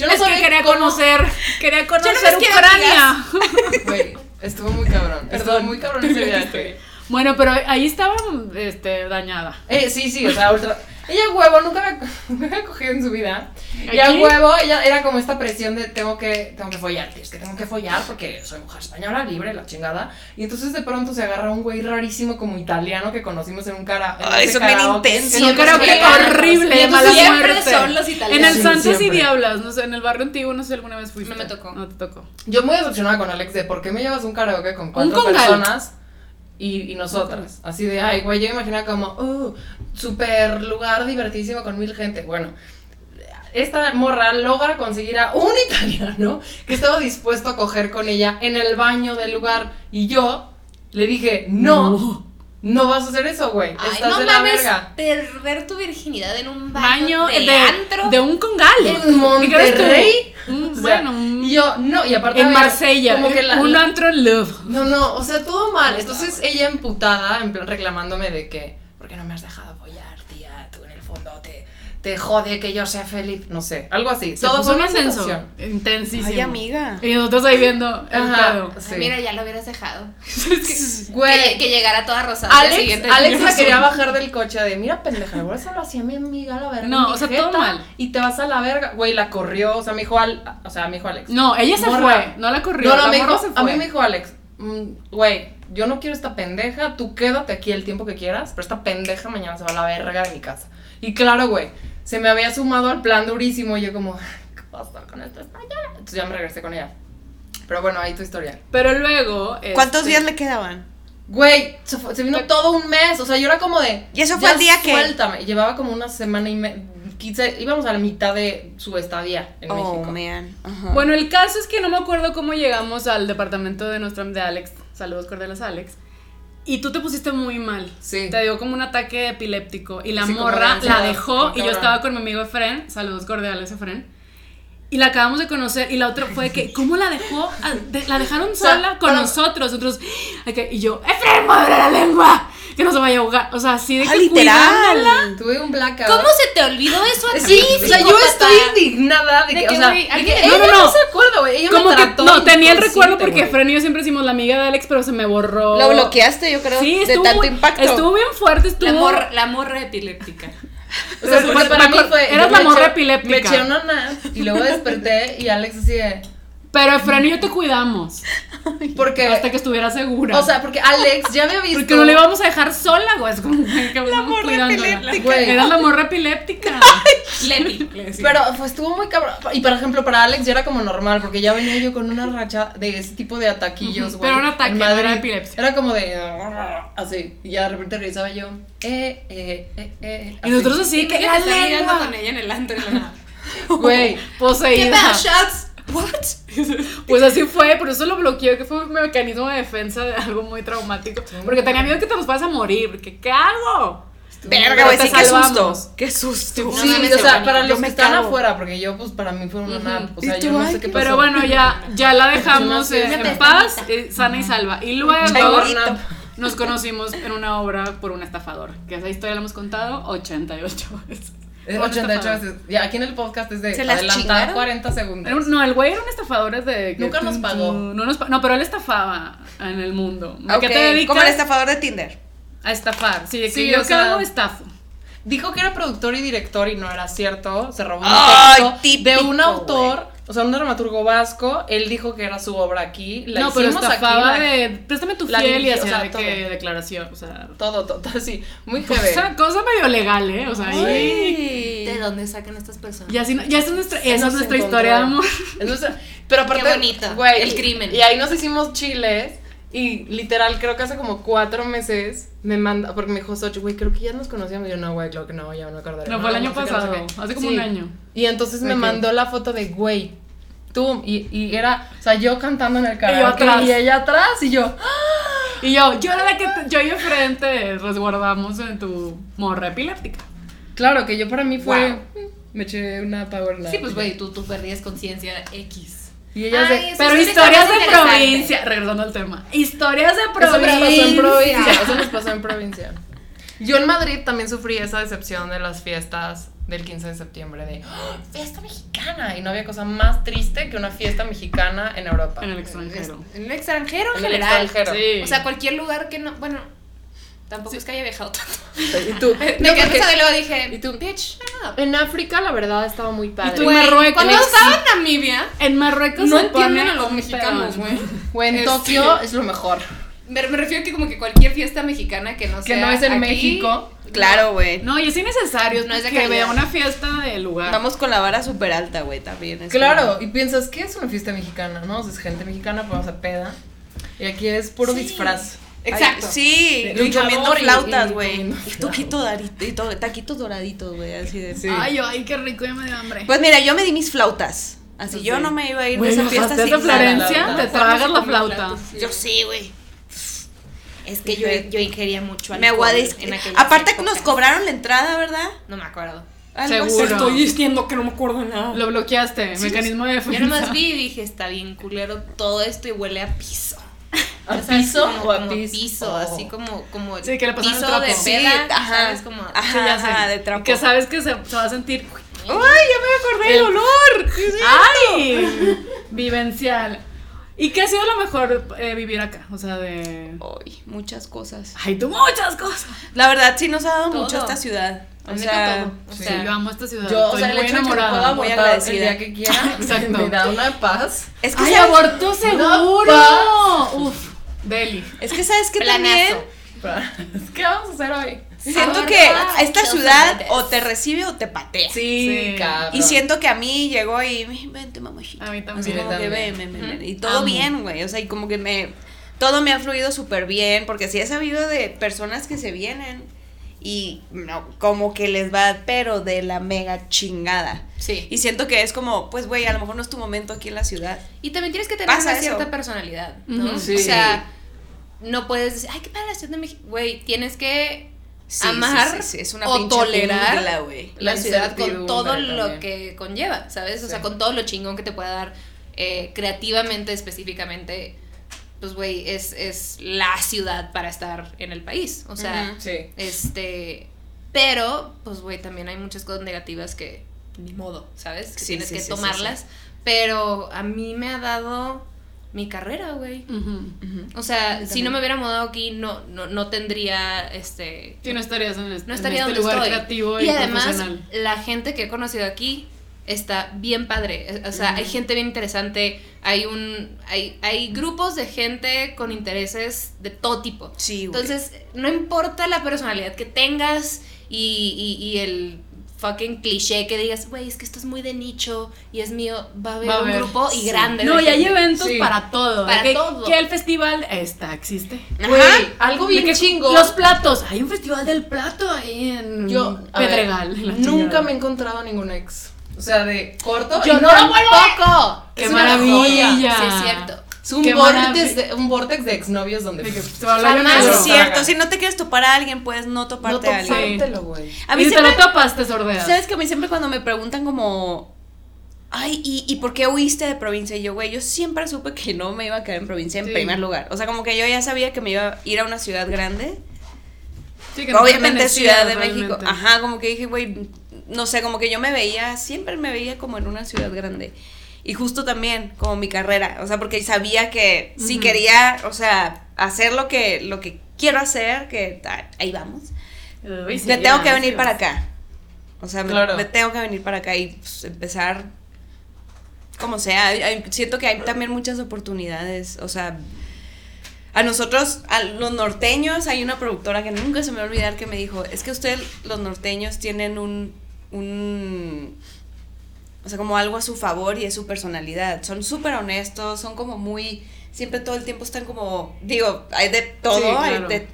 yo no Es que sabía quería cómo- conocer, quería conocer les quiero, Ucrania. Güey, estuvo muy cabrón. Estuvo muy [laughs] cabrón ese viaje. Bueno, pero ahí estaba este, dañada. Eh, sí, sí, o sea, ultra. Ella huevo, nunca había, [laughs] nunca había cogido en su vida. Y a Aquí. huevo, ella era como esta presión de tengo que, tengo que follar, es que tengo que follar porque soy mujer española, libre, la chingada. Y entonces de pronto se agarra un güey rarísimo como italiano que conocimos en un cara. en Ay, ese son bien karaoke. intensos. En Yo un creo que karaoke. horrible, Y de mala entonces siempre muerte. son los En italianos. el Sí, Santos y siempre. Diablas, no sé, en el barrio antiguo, no sé si alguna vez fuiste. No me tocó. No te tocó. Yo muy decepcionada con Alex de por qué me llevas a un karaoke con cuatro congal. personas. y, y nosotras. Así de, ay, güey, yo me imaginaba como, uh, super lugar divertísimo con mil gente. Bueno, esta morra logra conseguir a un italiano que estaba dispuesto a coger con ella en el baño del lugar. Y yo le dije, no, no, vas a hacer eso, güey. Ay, Estás no de la mames, verga. perder tu virginidad en un baño, Baño de, antro. de un congal. En ¿Y qué crees tú? Monterrey. Un- O sea, bueno, un- y yo, no, y aparte. en había Marsella. como que la- un antro en Love. No, no, o sea, todo mal. Entonces ella emputada, en plan reclamándome de que, ¿por qué no me has dejado apoyar, tía? Tú en el fondo te, te jode que yo sea feliz. No sé, algo así. Se todo puso fue una intenso. sensación. Intensísimo. Ay, amiga. Y nosotros ahí viendo el Ajá, pedo. sí. Mira, ya lo hubieras dejado. Güey, Que, que llegara toda rosada. al día Alex, siguiente. Alex Tenía la razón. quería bajar del coche de, mira, pendeja, le vuelves a lo hacía mi amiga, la verga. No, mi o sea, todo jeta, mal. Y te vas a la verga. Güey, la corrió, o sea, me dijo, al, o sea, me dijo Alex. No, ella se Morra. fue. No la corrió. No, no, la me morra dijo, se fue. a mí me dijo Alex, mm, güey, yo no quiero esta pendeja, tú quédate aquí el tiempo que quieras, pero esta pendeja mañana se va a la verga de mi casa. Y claro, güey, se me había sumado al plan durísimo y yo como, ¿qué pasó con esta española? Entonces ya me regresé con ella. Pero bueno, ahí tu historia. Pero luego. ¿Cuántos este, días le quedaban? Güey, se, fue- se vino todo un mes, o sea, yo era como de... ¿Y eso fue ya el día que- Suéltame, llevaba como una semana y me... 15, íbamos a la mitad de su estadía en Oh, México. man. Ajá. Bueno, el caso es que no me acuerdo cómo llegamos al departamento de nuestra de Alex. Saludos cordiales a Alex. Y tú te pusiste muy mal. Sí. Te dio como un ataque epiléptico. Y la Sí, como de morra ansiedad, la dejó. muy Y yo cabrón. estaba con mi amigo Efren. Saludos cordiales, Efren. Y la acabamos de conocer. Y la otra fue de que, ¿cómo la dejó? Ah, de- la [laughs] dejaron sea, sola con para- nosotros. Nosotros, ¡ay, que- y yo, Efren, madre la lengua. Que no se vaya a ahogar. O sea, así de Ah, que cuidándola. literal. Tuve un blackout. ¿Cómo se te olvidó eso a ti? Sí, o sea, yo psicópata? estoy indignada de, De que, que, o sea, güey, de alguien- que No, no, ella no. se acuerda, güey, ella me Como que, trató no, tenía el inconsciente, recuerdo porque güey. Fren y yo siempre hicimos la amiga de Alex, pero se me borró. Lo bloqueaste, yo creo, Sí, de estuvo, tanto muy- impacto. estuvo bien fuerte, estuvo... La morra, la morra epiléptica. O sea, Pero pues, para mí me acuer- fue eras yo la me morra eché- epiléptica. Me eché una nap y luego desperté y Alex así de Pero Efren y yo te cuidamos porque hasta que estuviera segura. o sea, porque Alex ya me había visto porque no le íbamos a dejar sola, güey. Es como que la morra epiléptica. Güey. Eras la morra [laughs] epiléptica. Lepi. Pero fue- estuvo muy cabrón. Y por ejemplo, para Alex ya era como normal, porque ya venía yo con una racha de ese tipo de ataquillos, Ujú, güey. pero era ataque, en no era Madrid. epilepsia. Era como de. Así. Y ya de repente revisaba yo. Eh, eh, eh, eh. y nosotros así, que la Estoy ligando lengua. con ella en el antro. y la- [laughs] Güey. ¿Qué Poseída. pedo, shots? What? Pues así fue, por eso lo bloqueó, que fue un mecanismo de defensa de algo muy traumático. Porque tenía miedo que te nos vas a morir, porque ¿qué hago? Verga, Pero güey, te sí, qué salvamos. susto. Qué susto. No Sí, mames, o sea, Giovanni, para yo los me que están cago. afuera, porque yo, pues, para mí fue una nap, o sea, ¿Y yo tú, no ay, sé qué qué pasó. Pero bueno, ya, ya la dejamos [laughs] Yo nací en, en en paz, eh, sana y salva. Y luego Chagornap. nos conocimos en una obra por un estafador, que esa historia la hemos contado 88 veces. Eh, Por un 88 estafador. veces. Ya, aquí en el podcast es de ¿Se las adelantar chingaron? 40 Era segundos. un- No, el güey era un estafador desde que- Nunca nos pagó. No, nos pa- no, pero él estafaba en el mundo. ¿A Ok, qué te dedicas? Como el estafador de Tinder. A estafar. Sí, de que Sí, yo o que sea- hago estafo. Dijo que era productor y director y no era cierto. Se robó un Ay, texto de típico, un autor, o sea, un dramaturgo vasco. Él dijo que era su obra aquí. La no, pero hicimos estafaba aquí. la- de. Préstame tu la fiel y dirigí, o hacía sea, de todo. que declaración. O sea. Todo, todo, [laughs] todo, sí. Muy Cosa, chévere. cosa medio legal, ¿eh? O sea, ahí. ¿De dónde sacan estas personas? Y así, no- ya esa es nuestra, esa es Nos nuestra encontró. historia de amor. Es nuestra- pero aparte, Qué bonito, güey, el crimen. Y ahí nos hicimos chiles. Y literal, creo que hace como cuatro meses me manda, porque me dijo Soch, güey, creo que ya nos conocíamos. Y yo, no, güey, creo que no, ya no me acordaré. No, fue el año sé qué, no sé pasado, qué". hace como un año. Y entonces me Ok. mandó la foto de, güey, tú. Y, y era, o sea, yo cantando en el karaoke. atrás. Y ella atrás. Y yo, Y yo, yo era la que te- yo y enfrente resguardamos en tu morra epiléptica. claro, que yo para mí fue, "Mm, me eché una power nap". Sí, pues güey, tú, tú perdías conciencia X. Y ella Ay, de, eso Pero sí está historias más de interesante. provincia, regresando al tema, historias de Eso nos pasó en provincia. provincia. Eso nos pasó en provincia. Yo en Madrid también sufrí esa decepción de las fiestas del 15 de septiembre de ¡Ah! fiesta mexicana y no había cosa más triste que una fiesta mexicana en Europa. En el extranjero. En el extranjero Este, en En el general. extranjero. Sí. O sea, cualquier lugar que no. Bueno, tampoco es que haya viajado tanto. Y [laughs] tú, Me no, quedé porque- pensando y luego dije. y tú, bitch. "Ah". En África la verdad estaba muy padre. Y tú en Marruecos. Cuando en- estaba en Namibia, En Marruecos no se entienden pone a los un mexicanos, pedo. güey. O en Este- Tokio es lo mejor. Me, me refiero que como que cualquier fiesta mexicana que no sea Que no es en aquí, México. Claro, güey. No, y es innecesario No es de que calidad. vea una fiesta de lugar. Vamos con la vara súper alta, güey, también. es Claro, y piensas, ¿qué es una fiesta mexicana? No, O sea, es gente mexicana, pues vamos a peda. Y aquí es puro disfraz. Exacto. Ay, sí, Luchador y comiendo y- flautas, y güey. comiendo Y taquito doraditos, taquitos doraditos, güey, así de. Sí. Ay, ay, qué rico, ya me dio hambre. Pues mira, yo me di mis flautas. Así yo no me iba a ir Güey, de esa fiesta bajaste Desde sin de flautas. Florencia te tragas la flauta. Yo sí, güey. Es que yo, yo ingería mucho Me alcohol aguades. en aquella Aparte que época. nos cobraron la entrada, ¿verdad? No me acuerdo. Algo así. Seguro. Estoy diciendo que no me acuerdo de nada. Lo bloqueaste, mecanismo de defensa. Yo nomás vi y dije, está bien culero todo esto y huele a piso. ¿A Ya sabes, piso como- o a como piso? así como, como Sí, que le pasaron el piso trapo. de Sí, peda, ajá. ¿sabes? Como, Ajá, Sí, ya sé. ajá, de trapo. Que sabes que se, se va a sentir. Ay, ya me acordé el El- [laughs] olor. ¡Ay! Vivencial. ¿Y qué ha sido lo mejor eh, vivir acá? O sea, de. Ay, muchas cosas. ¡Ay, tú muchas cosas! La verdad sí nos ha dado Todo. mucho esta ciudad. o O sea, o Sí, sea, yo amo esta ciudad. Yo, o Estoy sea, el muy hecho de que enamorada. muy Abortar agradecida. El día que quiera, Exacto. me da una paz. es que ¡Ay, sabes, aborto seguro! paz. Uf, Deli. es que sabes que también planazo. [laughs] ¿Qué vamos a hacer hoy? siento Ahora, que esta Chelsea ciudad Mantes. o te recibe o te patea. Sí. cabrón. Y siento que a mí llegó y me dijo, vente mamachita. A mí O sea, también. Sí. como que también. ven, ven, ven, ven. Y todo bien, güey. O sea, y como que me. Todo me ha fluido súper bien. Porque sí he sabido de personas que se vienen. Y no, como que les va, pero de la mega chingada. Sí. Y siento que es como, pues, güey, a lo mejor no es tu momento aquí en la ciudad. Y también tienes que tener Pasa una eso. cierta personalidad, ¿no? Ujú. Sí. O sea, no puedes decir, ay, qué padre la Ciudad de México. Güey, tienes que Sí, Amar sí, sí, sí, es una o pinche tolerar. jungla, güey. la, La ciudad con incertidumbre todo lo también. que conlleva, ¿sabes? O sea, Sí. con todo lo chingón que te pueda dar eh, creativamente, específicamente. Pues, güey, es, es la ciudad para estar en el país. O sea, Ujú. Sí. Este, pero, pues, güey, también hay muchas cosas negativas que ni modo, ¿sabes? Que Sí, tienes sí, que sí, sí, tomarlas. Pero a mí me ha dado mi carrera, güey. Ujú. Ujú. O sea, si no me hubiera mudado aquí, no, no, no tendría, este, Sí, no estarías en, este- no estaría en este donde lugar estoy. creativo y, y además, profesional. la gente que he conocido aquí está bien padre. O sea, hay gente bien interesante. Hay un, hay, hay grupos de gente con intereses de todo tipo. Sí, güey. Entonces, no importa la personalidad que tengas y, y- y el fucking cliché que digas, güey, es que esto es muy de nicho y es mío, va a haber Va a un haber, grupo y grande. No, de y hay gente. eventos Sí. para todo. Para que, todo. que el festival está, existe. Güey, algo De que bien chingo. Los platos. Hay un festival del plato ahí en Yo, a ver, Pedregal. la Nunca chingada. me he encontrado ningún ex. O sea, de corto. Yo y no lo vuelvo a ver. tampoco. ¡Qué Es una maravilla! joya. Sí, es cierto. Es un Qué vortex, maravilla. de, un vortex de exnovios donde. De que se va a hablar de Jamás Ah, sí, negro. es cierto. traga. Si no te quieres topar a alguien, puedes no No toparte a alguien. topártelo, güey. A y mí si te siempre, lo topas, te sordeas. ¿Sabes que a mí siempre cuando me preguntan como, ay, ¿y, y por qué huiste de provincia? Y yo, güey, yo siempre supe que no me iba a quedar en provincia en Sí. primer lugar. O sea, como que yo ya sabía que me iba a ir a una ciudad grande. Sí, que no Obviamente pertenecías Ciudad de realmente. México. Ajá, como que dije, güey, no sé, como que yo me veía, siempre me veía como en una ciudad grande. Y justo también, como mi carrera, o sea, porque sabía que si Ujú. quería, o sea, hacer lo que, lo que quiero hacer, que ah, ahí vamos. Uy, sí, me tengo que gracias. venir para acá. O sea, me- Claro. me, tengo que venir para acá y pues, empezar como sea. Hay- hay- siento que hay también muchas oportunidades. O sea, a nosotros, a los norteños, hay una productora que nunca se me va a olvidar que me dijo, es que ustedes, los norteños, tienen un... un o sea, como algo a su favor y es su personalidad. Son súper honestos, son como muy... Siempre todo el tiempo están como... Digo, hay de todo, Sí, hay claro. de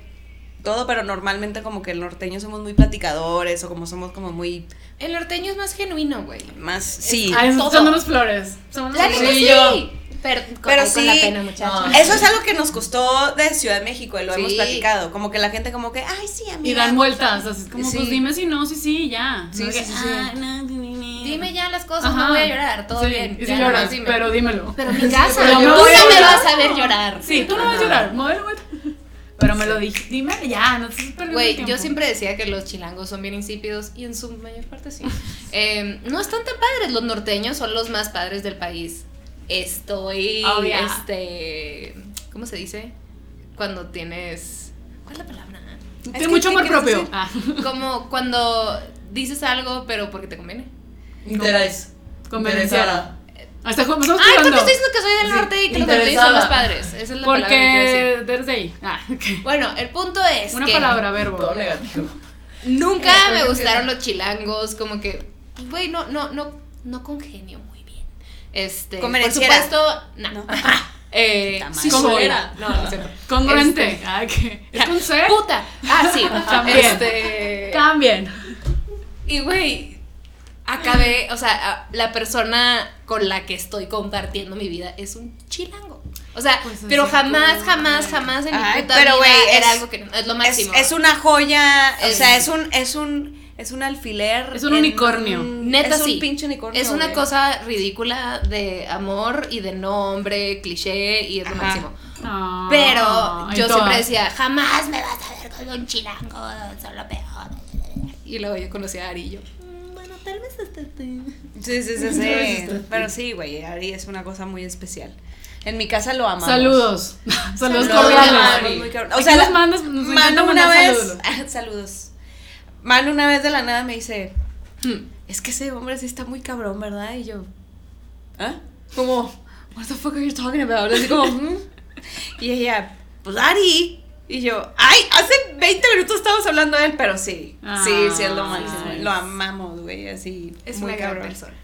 todo, pero normalmente como que el norteño somos muy platicadores o como somos como muy El norteño es más genuino, güey. más... Sí. Ay, Todo. son unos flores. Son unos La neta flores. sí. yo- Pero, con- Pero ay, con la sí. pena, muchachos. Eso es algo que nos costó de Ciudad de México y lo Sí. hemos platicado. Como que la gente como que, ay, sí, Y amiga. dan vueltas. Así es como, Sí. pues dime si no, sí, sí, ya. Sí, No sí, que, sí, sí. "Ah, no, ni, ni, ni". Dime ya las cosas, Ajá. no voy a llorar, todo Sí, bien. Y ya si lloras, nomás dime. pero dímelo. Pero mi casa, Pero tú no no voy a me llorar. vas a ver llorar. Sí, tú no vas a llorar. Móvelo, güey. Pero me lo dije. Dime ya, no estés perdiendo el Güey, tiempo. yo siempre decía que los chilangos son bien insípidos y en su mayor parte sí. Eh, no están tan padres, los norteños son los más padres del país. Estoy, Oh, yeah. este, ¿cómo se dice? Cuando tienes, ¿cuál es la palabra? Tiene mucho amor propio. Ah, [laughs] Como cuando dices algo, pero porque te conviene. Interés. convenciada. Interesada. Ah, Hasta estamos jugando. Ay, tú me estás diciendo que soy del Sí, norte y que los norteños son interesada. los padres. Esa es la palabra que quiero decir. Porque desde ahí. Ah, ok. Bueno, el punto es Una que palabra, verbo. Todo negativo. nunca me gustaron los chilangos, como que, pues, güey, no, no, no, no congenio muy bien. Este, por Convenenciera. supuesto, no. No. Eh, Puta sí madre. soy. No, no es cierto. Congruente. Este. Ah, ¿qué? Es con C. ¡Puta! Ah, sí. También. Este. Cambien. Y güey, acabé, o sea, a- la persona con la que estoy compartiendo mi vida es un chilango. O sea, Pues pero jamás, jamás, jamás en mi Ay, puta pero, vida güey, era es- algo que no- es lo Es, máximo. es una joya, o Es- sea, es un, es un, es un alfiler. Es un en unicornio. un- Neta es sí. un pinche unicornio. Es una güey. cosa ridícula de amor y de nombre, cliché y es lo Ajá. máximo. Ah, Pero y yo todas. siempre decía, jamás. Más Ah, me vas a ver con un chilango, son lo peor. Y luego yo conocí a Ari y yo, Bueno, tal vez hasta Sí, [laughs] sí, sí, sí. Pero sí, güey, Ari es una cosa muy especial. En mi casa lo amamos. Saludos. [laughs] Saludos Lo cordiales. amamos, muy cabrón. Aquí O sea, nos la- mandas- nos encanta Manu una mandar vez. saludos. [laughs] Saludos. Manu una vez de la nada me dice: "Hmm, Es que ese hombre sí está muy cabrón, ¿verdad? Y yo, ¿ah? Como, ¿What the fuck are you talking about? Así como, "Mm". Y ella, Pues Ari. Y yo, ¡ay! Hace 20 minutos estábamos hablando de él, pero sí. sí, Ah, sí, es lo Ay. máximo. Lo amamos, güey, así. es muy una gran cabrón. persona.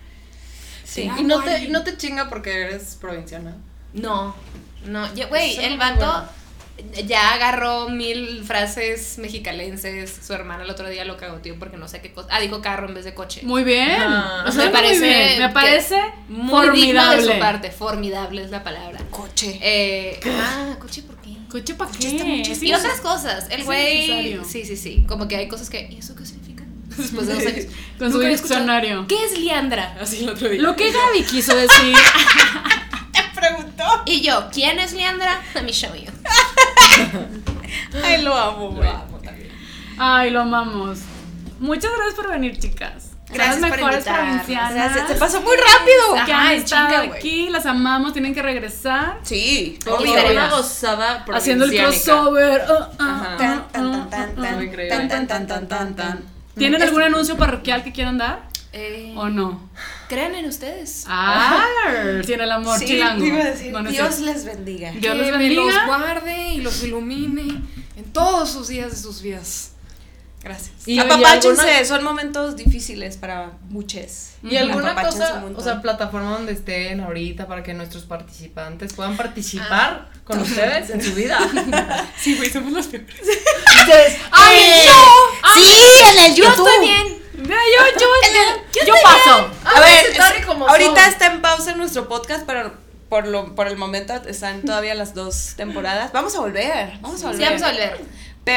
Sí. Y no te, no te chinga porque eres provinciana. No, no, ya- güey, Eso no el vato ya agarró mil frases mexicalenses. Su hermana el otro día lo cagoteó porque no sé qué cosa. Ah, dijo carro en vez de coche. Muy bien. Ah. O sea, Me muy parece bien. Me que- parece Muy digno formidable. de su parte, formidable es la palabra. Coche. Eh, ah, coche, ¿por qué? Coche pa' qué. está muy Sí, Y o sea, otras cosas. El es güey. innecesario. Sí, sí, sí. Como que hay cosas que. ¿Y eso qué significa? Después de dos años. Con su Nunca había escuchado. diccionario. ¿Qué es liandra? Así el otro día. Lo que Gaby quiso decir. Y yo, ¿quién es liandra? [laughs] Let me show you. Ay, lo amo, güey. [laughs] Ay, lo amamos. Muchas gracias por venir, chicas. Gracias Las por mejores invitarnos. provincianas. Gracias. Se pasó muy rápido. que Ajá, han en estado chinga, güey. aquí, las amamos, tienen que regresar. Sí. Y Obvio. seré una gozada Haciendo el provinciánica. crossover. Ah, ah, Ajá. ah, Tan, tan, tan, ah, ah. tan, Increíble. tan, tan, tan, tan, tan, tan. ¿Tienen algún anuncio parroquial que quieran dar? Eh, ¿O no? crean en ustedes. Ah, sí, en el amor Sí, chilango. te iba a decir, No, no es Dios cierto. les bendiga. Dios que les me los bendiga. guarde y los ilumine en todos sus días de sus vidas. Gracias. Y- y Apapáchense, alguna- son momentos difíciles para muchas. Y alguna Apapáchense cosa, un o montón. sea, plataforma donde estén ahorita para que nuestros participantes puedan participar Ah. con ustedes en su vida. [laughs] Sí, güey, somos los peores. ¡Ay, Eh, yo! ¡Ah! Sí, en el Yo YouTube. estoy bien. Vea, Yo, yo, yo, yo paso. Ah, A ver, se tarde es- como ahorita son. está en pausa nuestro podcast, pero por, lo, por el momento están todavía las dos temporadas. Vamos a volver, vamos a Sí, volver. vamos a volver.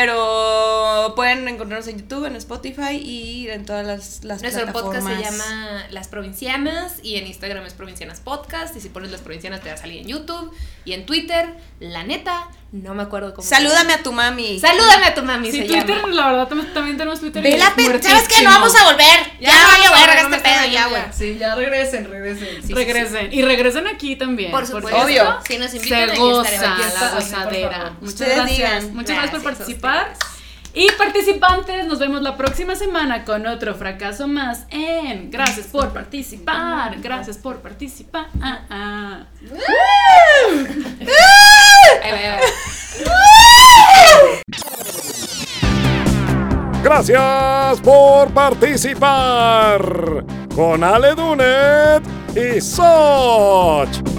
Pero pueden encontrarnos en YouTube, en Spotify y en todas las, las Nuestro podcast plataformas. se llama Las Provincianas y en Instagram es Provincianas Podcast y si pones Las Provincianas te va a salir en YouTube y en Twitter, la neta, no me acuerdo cómo. se Salúdame a tu mami. llama. Salúdame a tu mami, Sí, se Twitter, llama. la verdad, tam- también tenemos Twitter. y Ve la es pe- ¿Sabes muertísimo. qué? No vamos a volver. Ya, vamos valió a verga volver, este no me pedo, ya, extraña. güey. Sí, ya regresen, regresen. Sí, sí, Regresen. Y regresen aquí también. Por porque supuesto. esto Si nos invitan, Se aquí goza la estaremos. Aquí está, por gozadera. favor. Muchas Ustedes gracias. digan. Muchas gracias por Gracias a participar. Y participantes, nos vemos la próxima semana con otro fracaso más en Gracias por participar. Gracias por participar. Ah, ah. Ahí va, ahí va. Gracias por participar con Ale Dunet y Soch.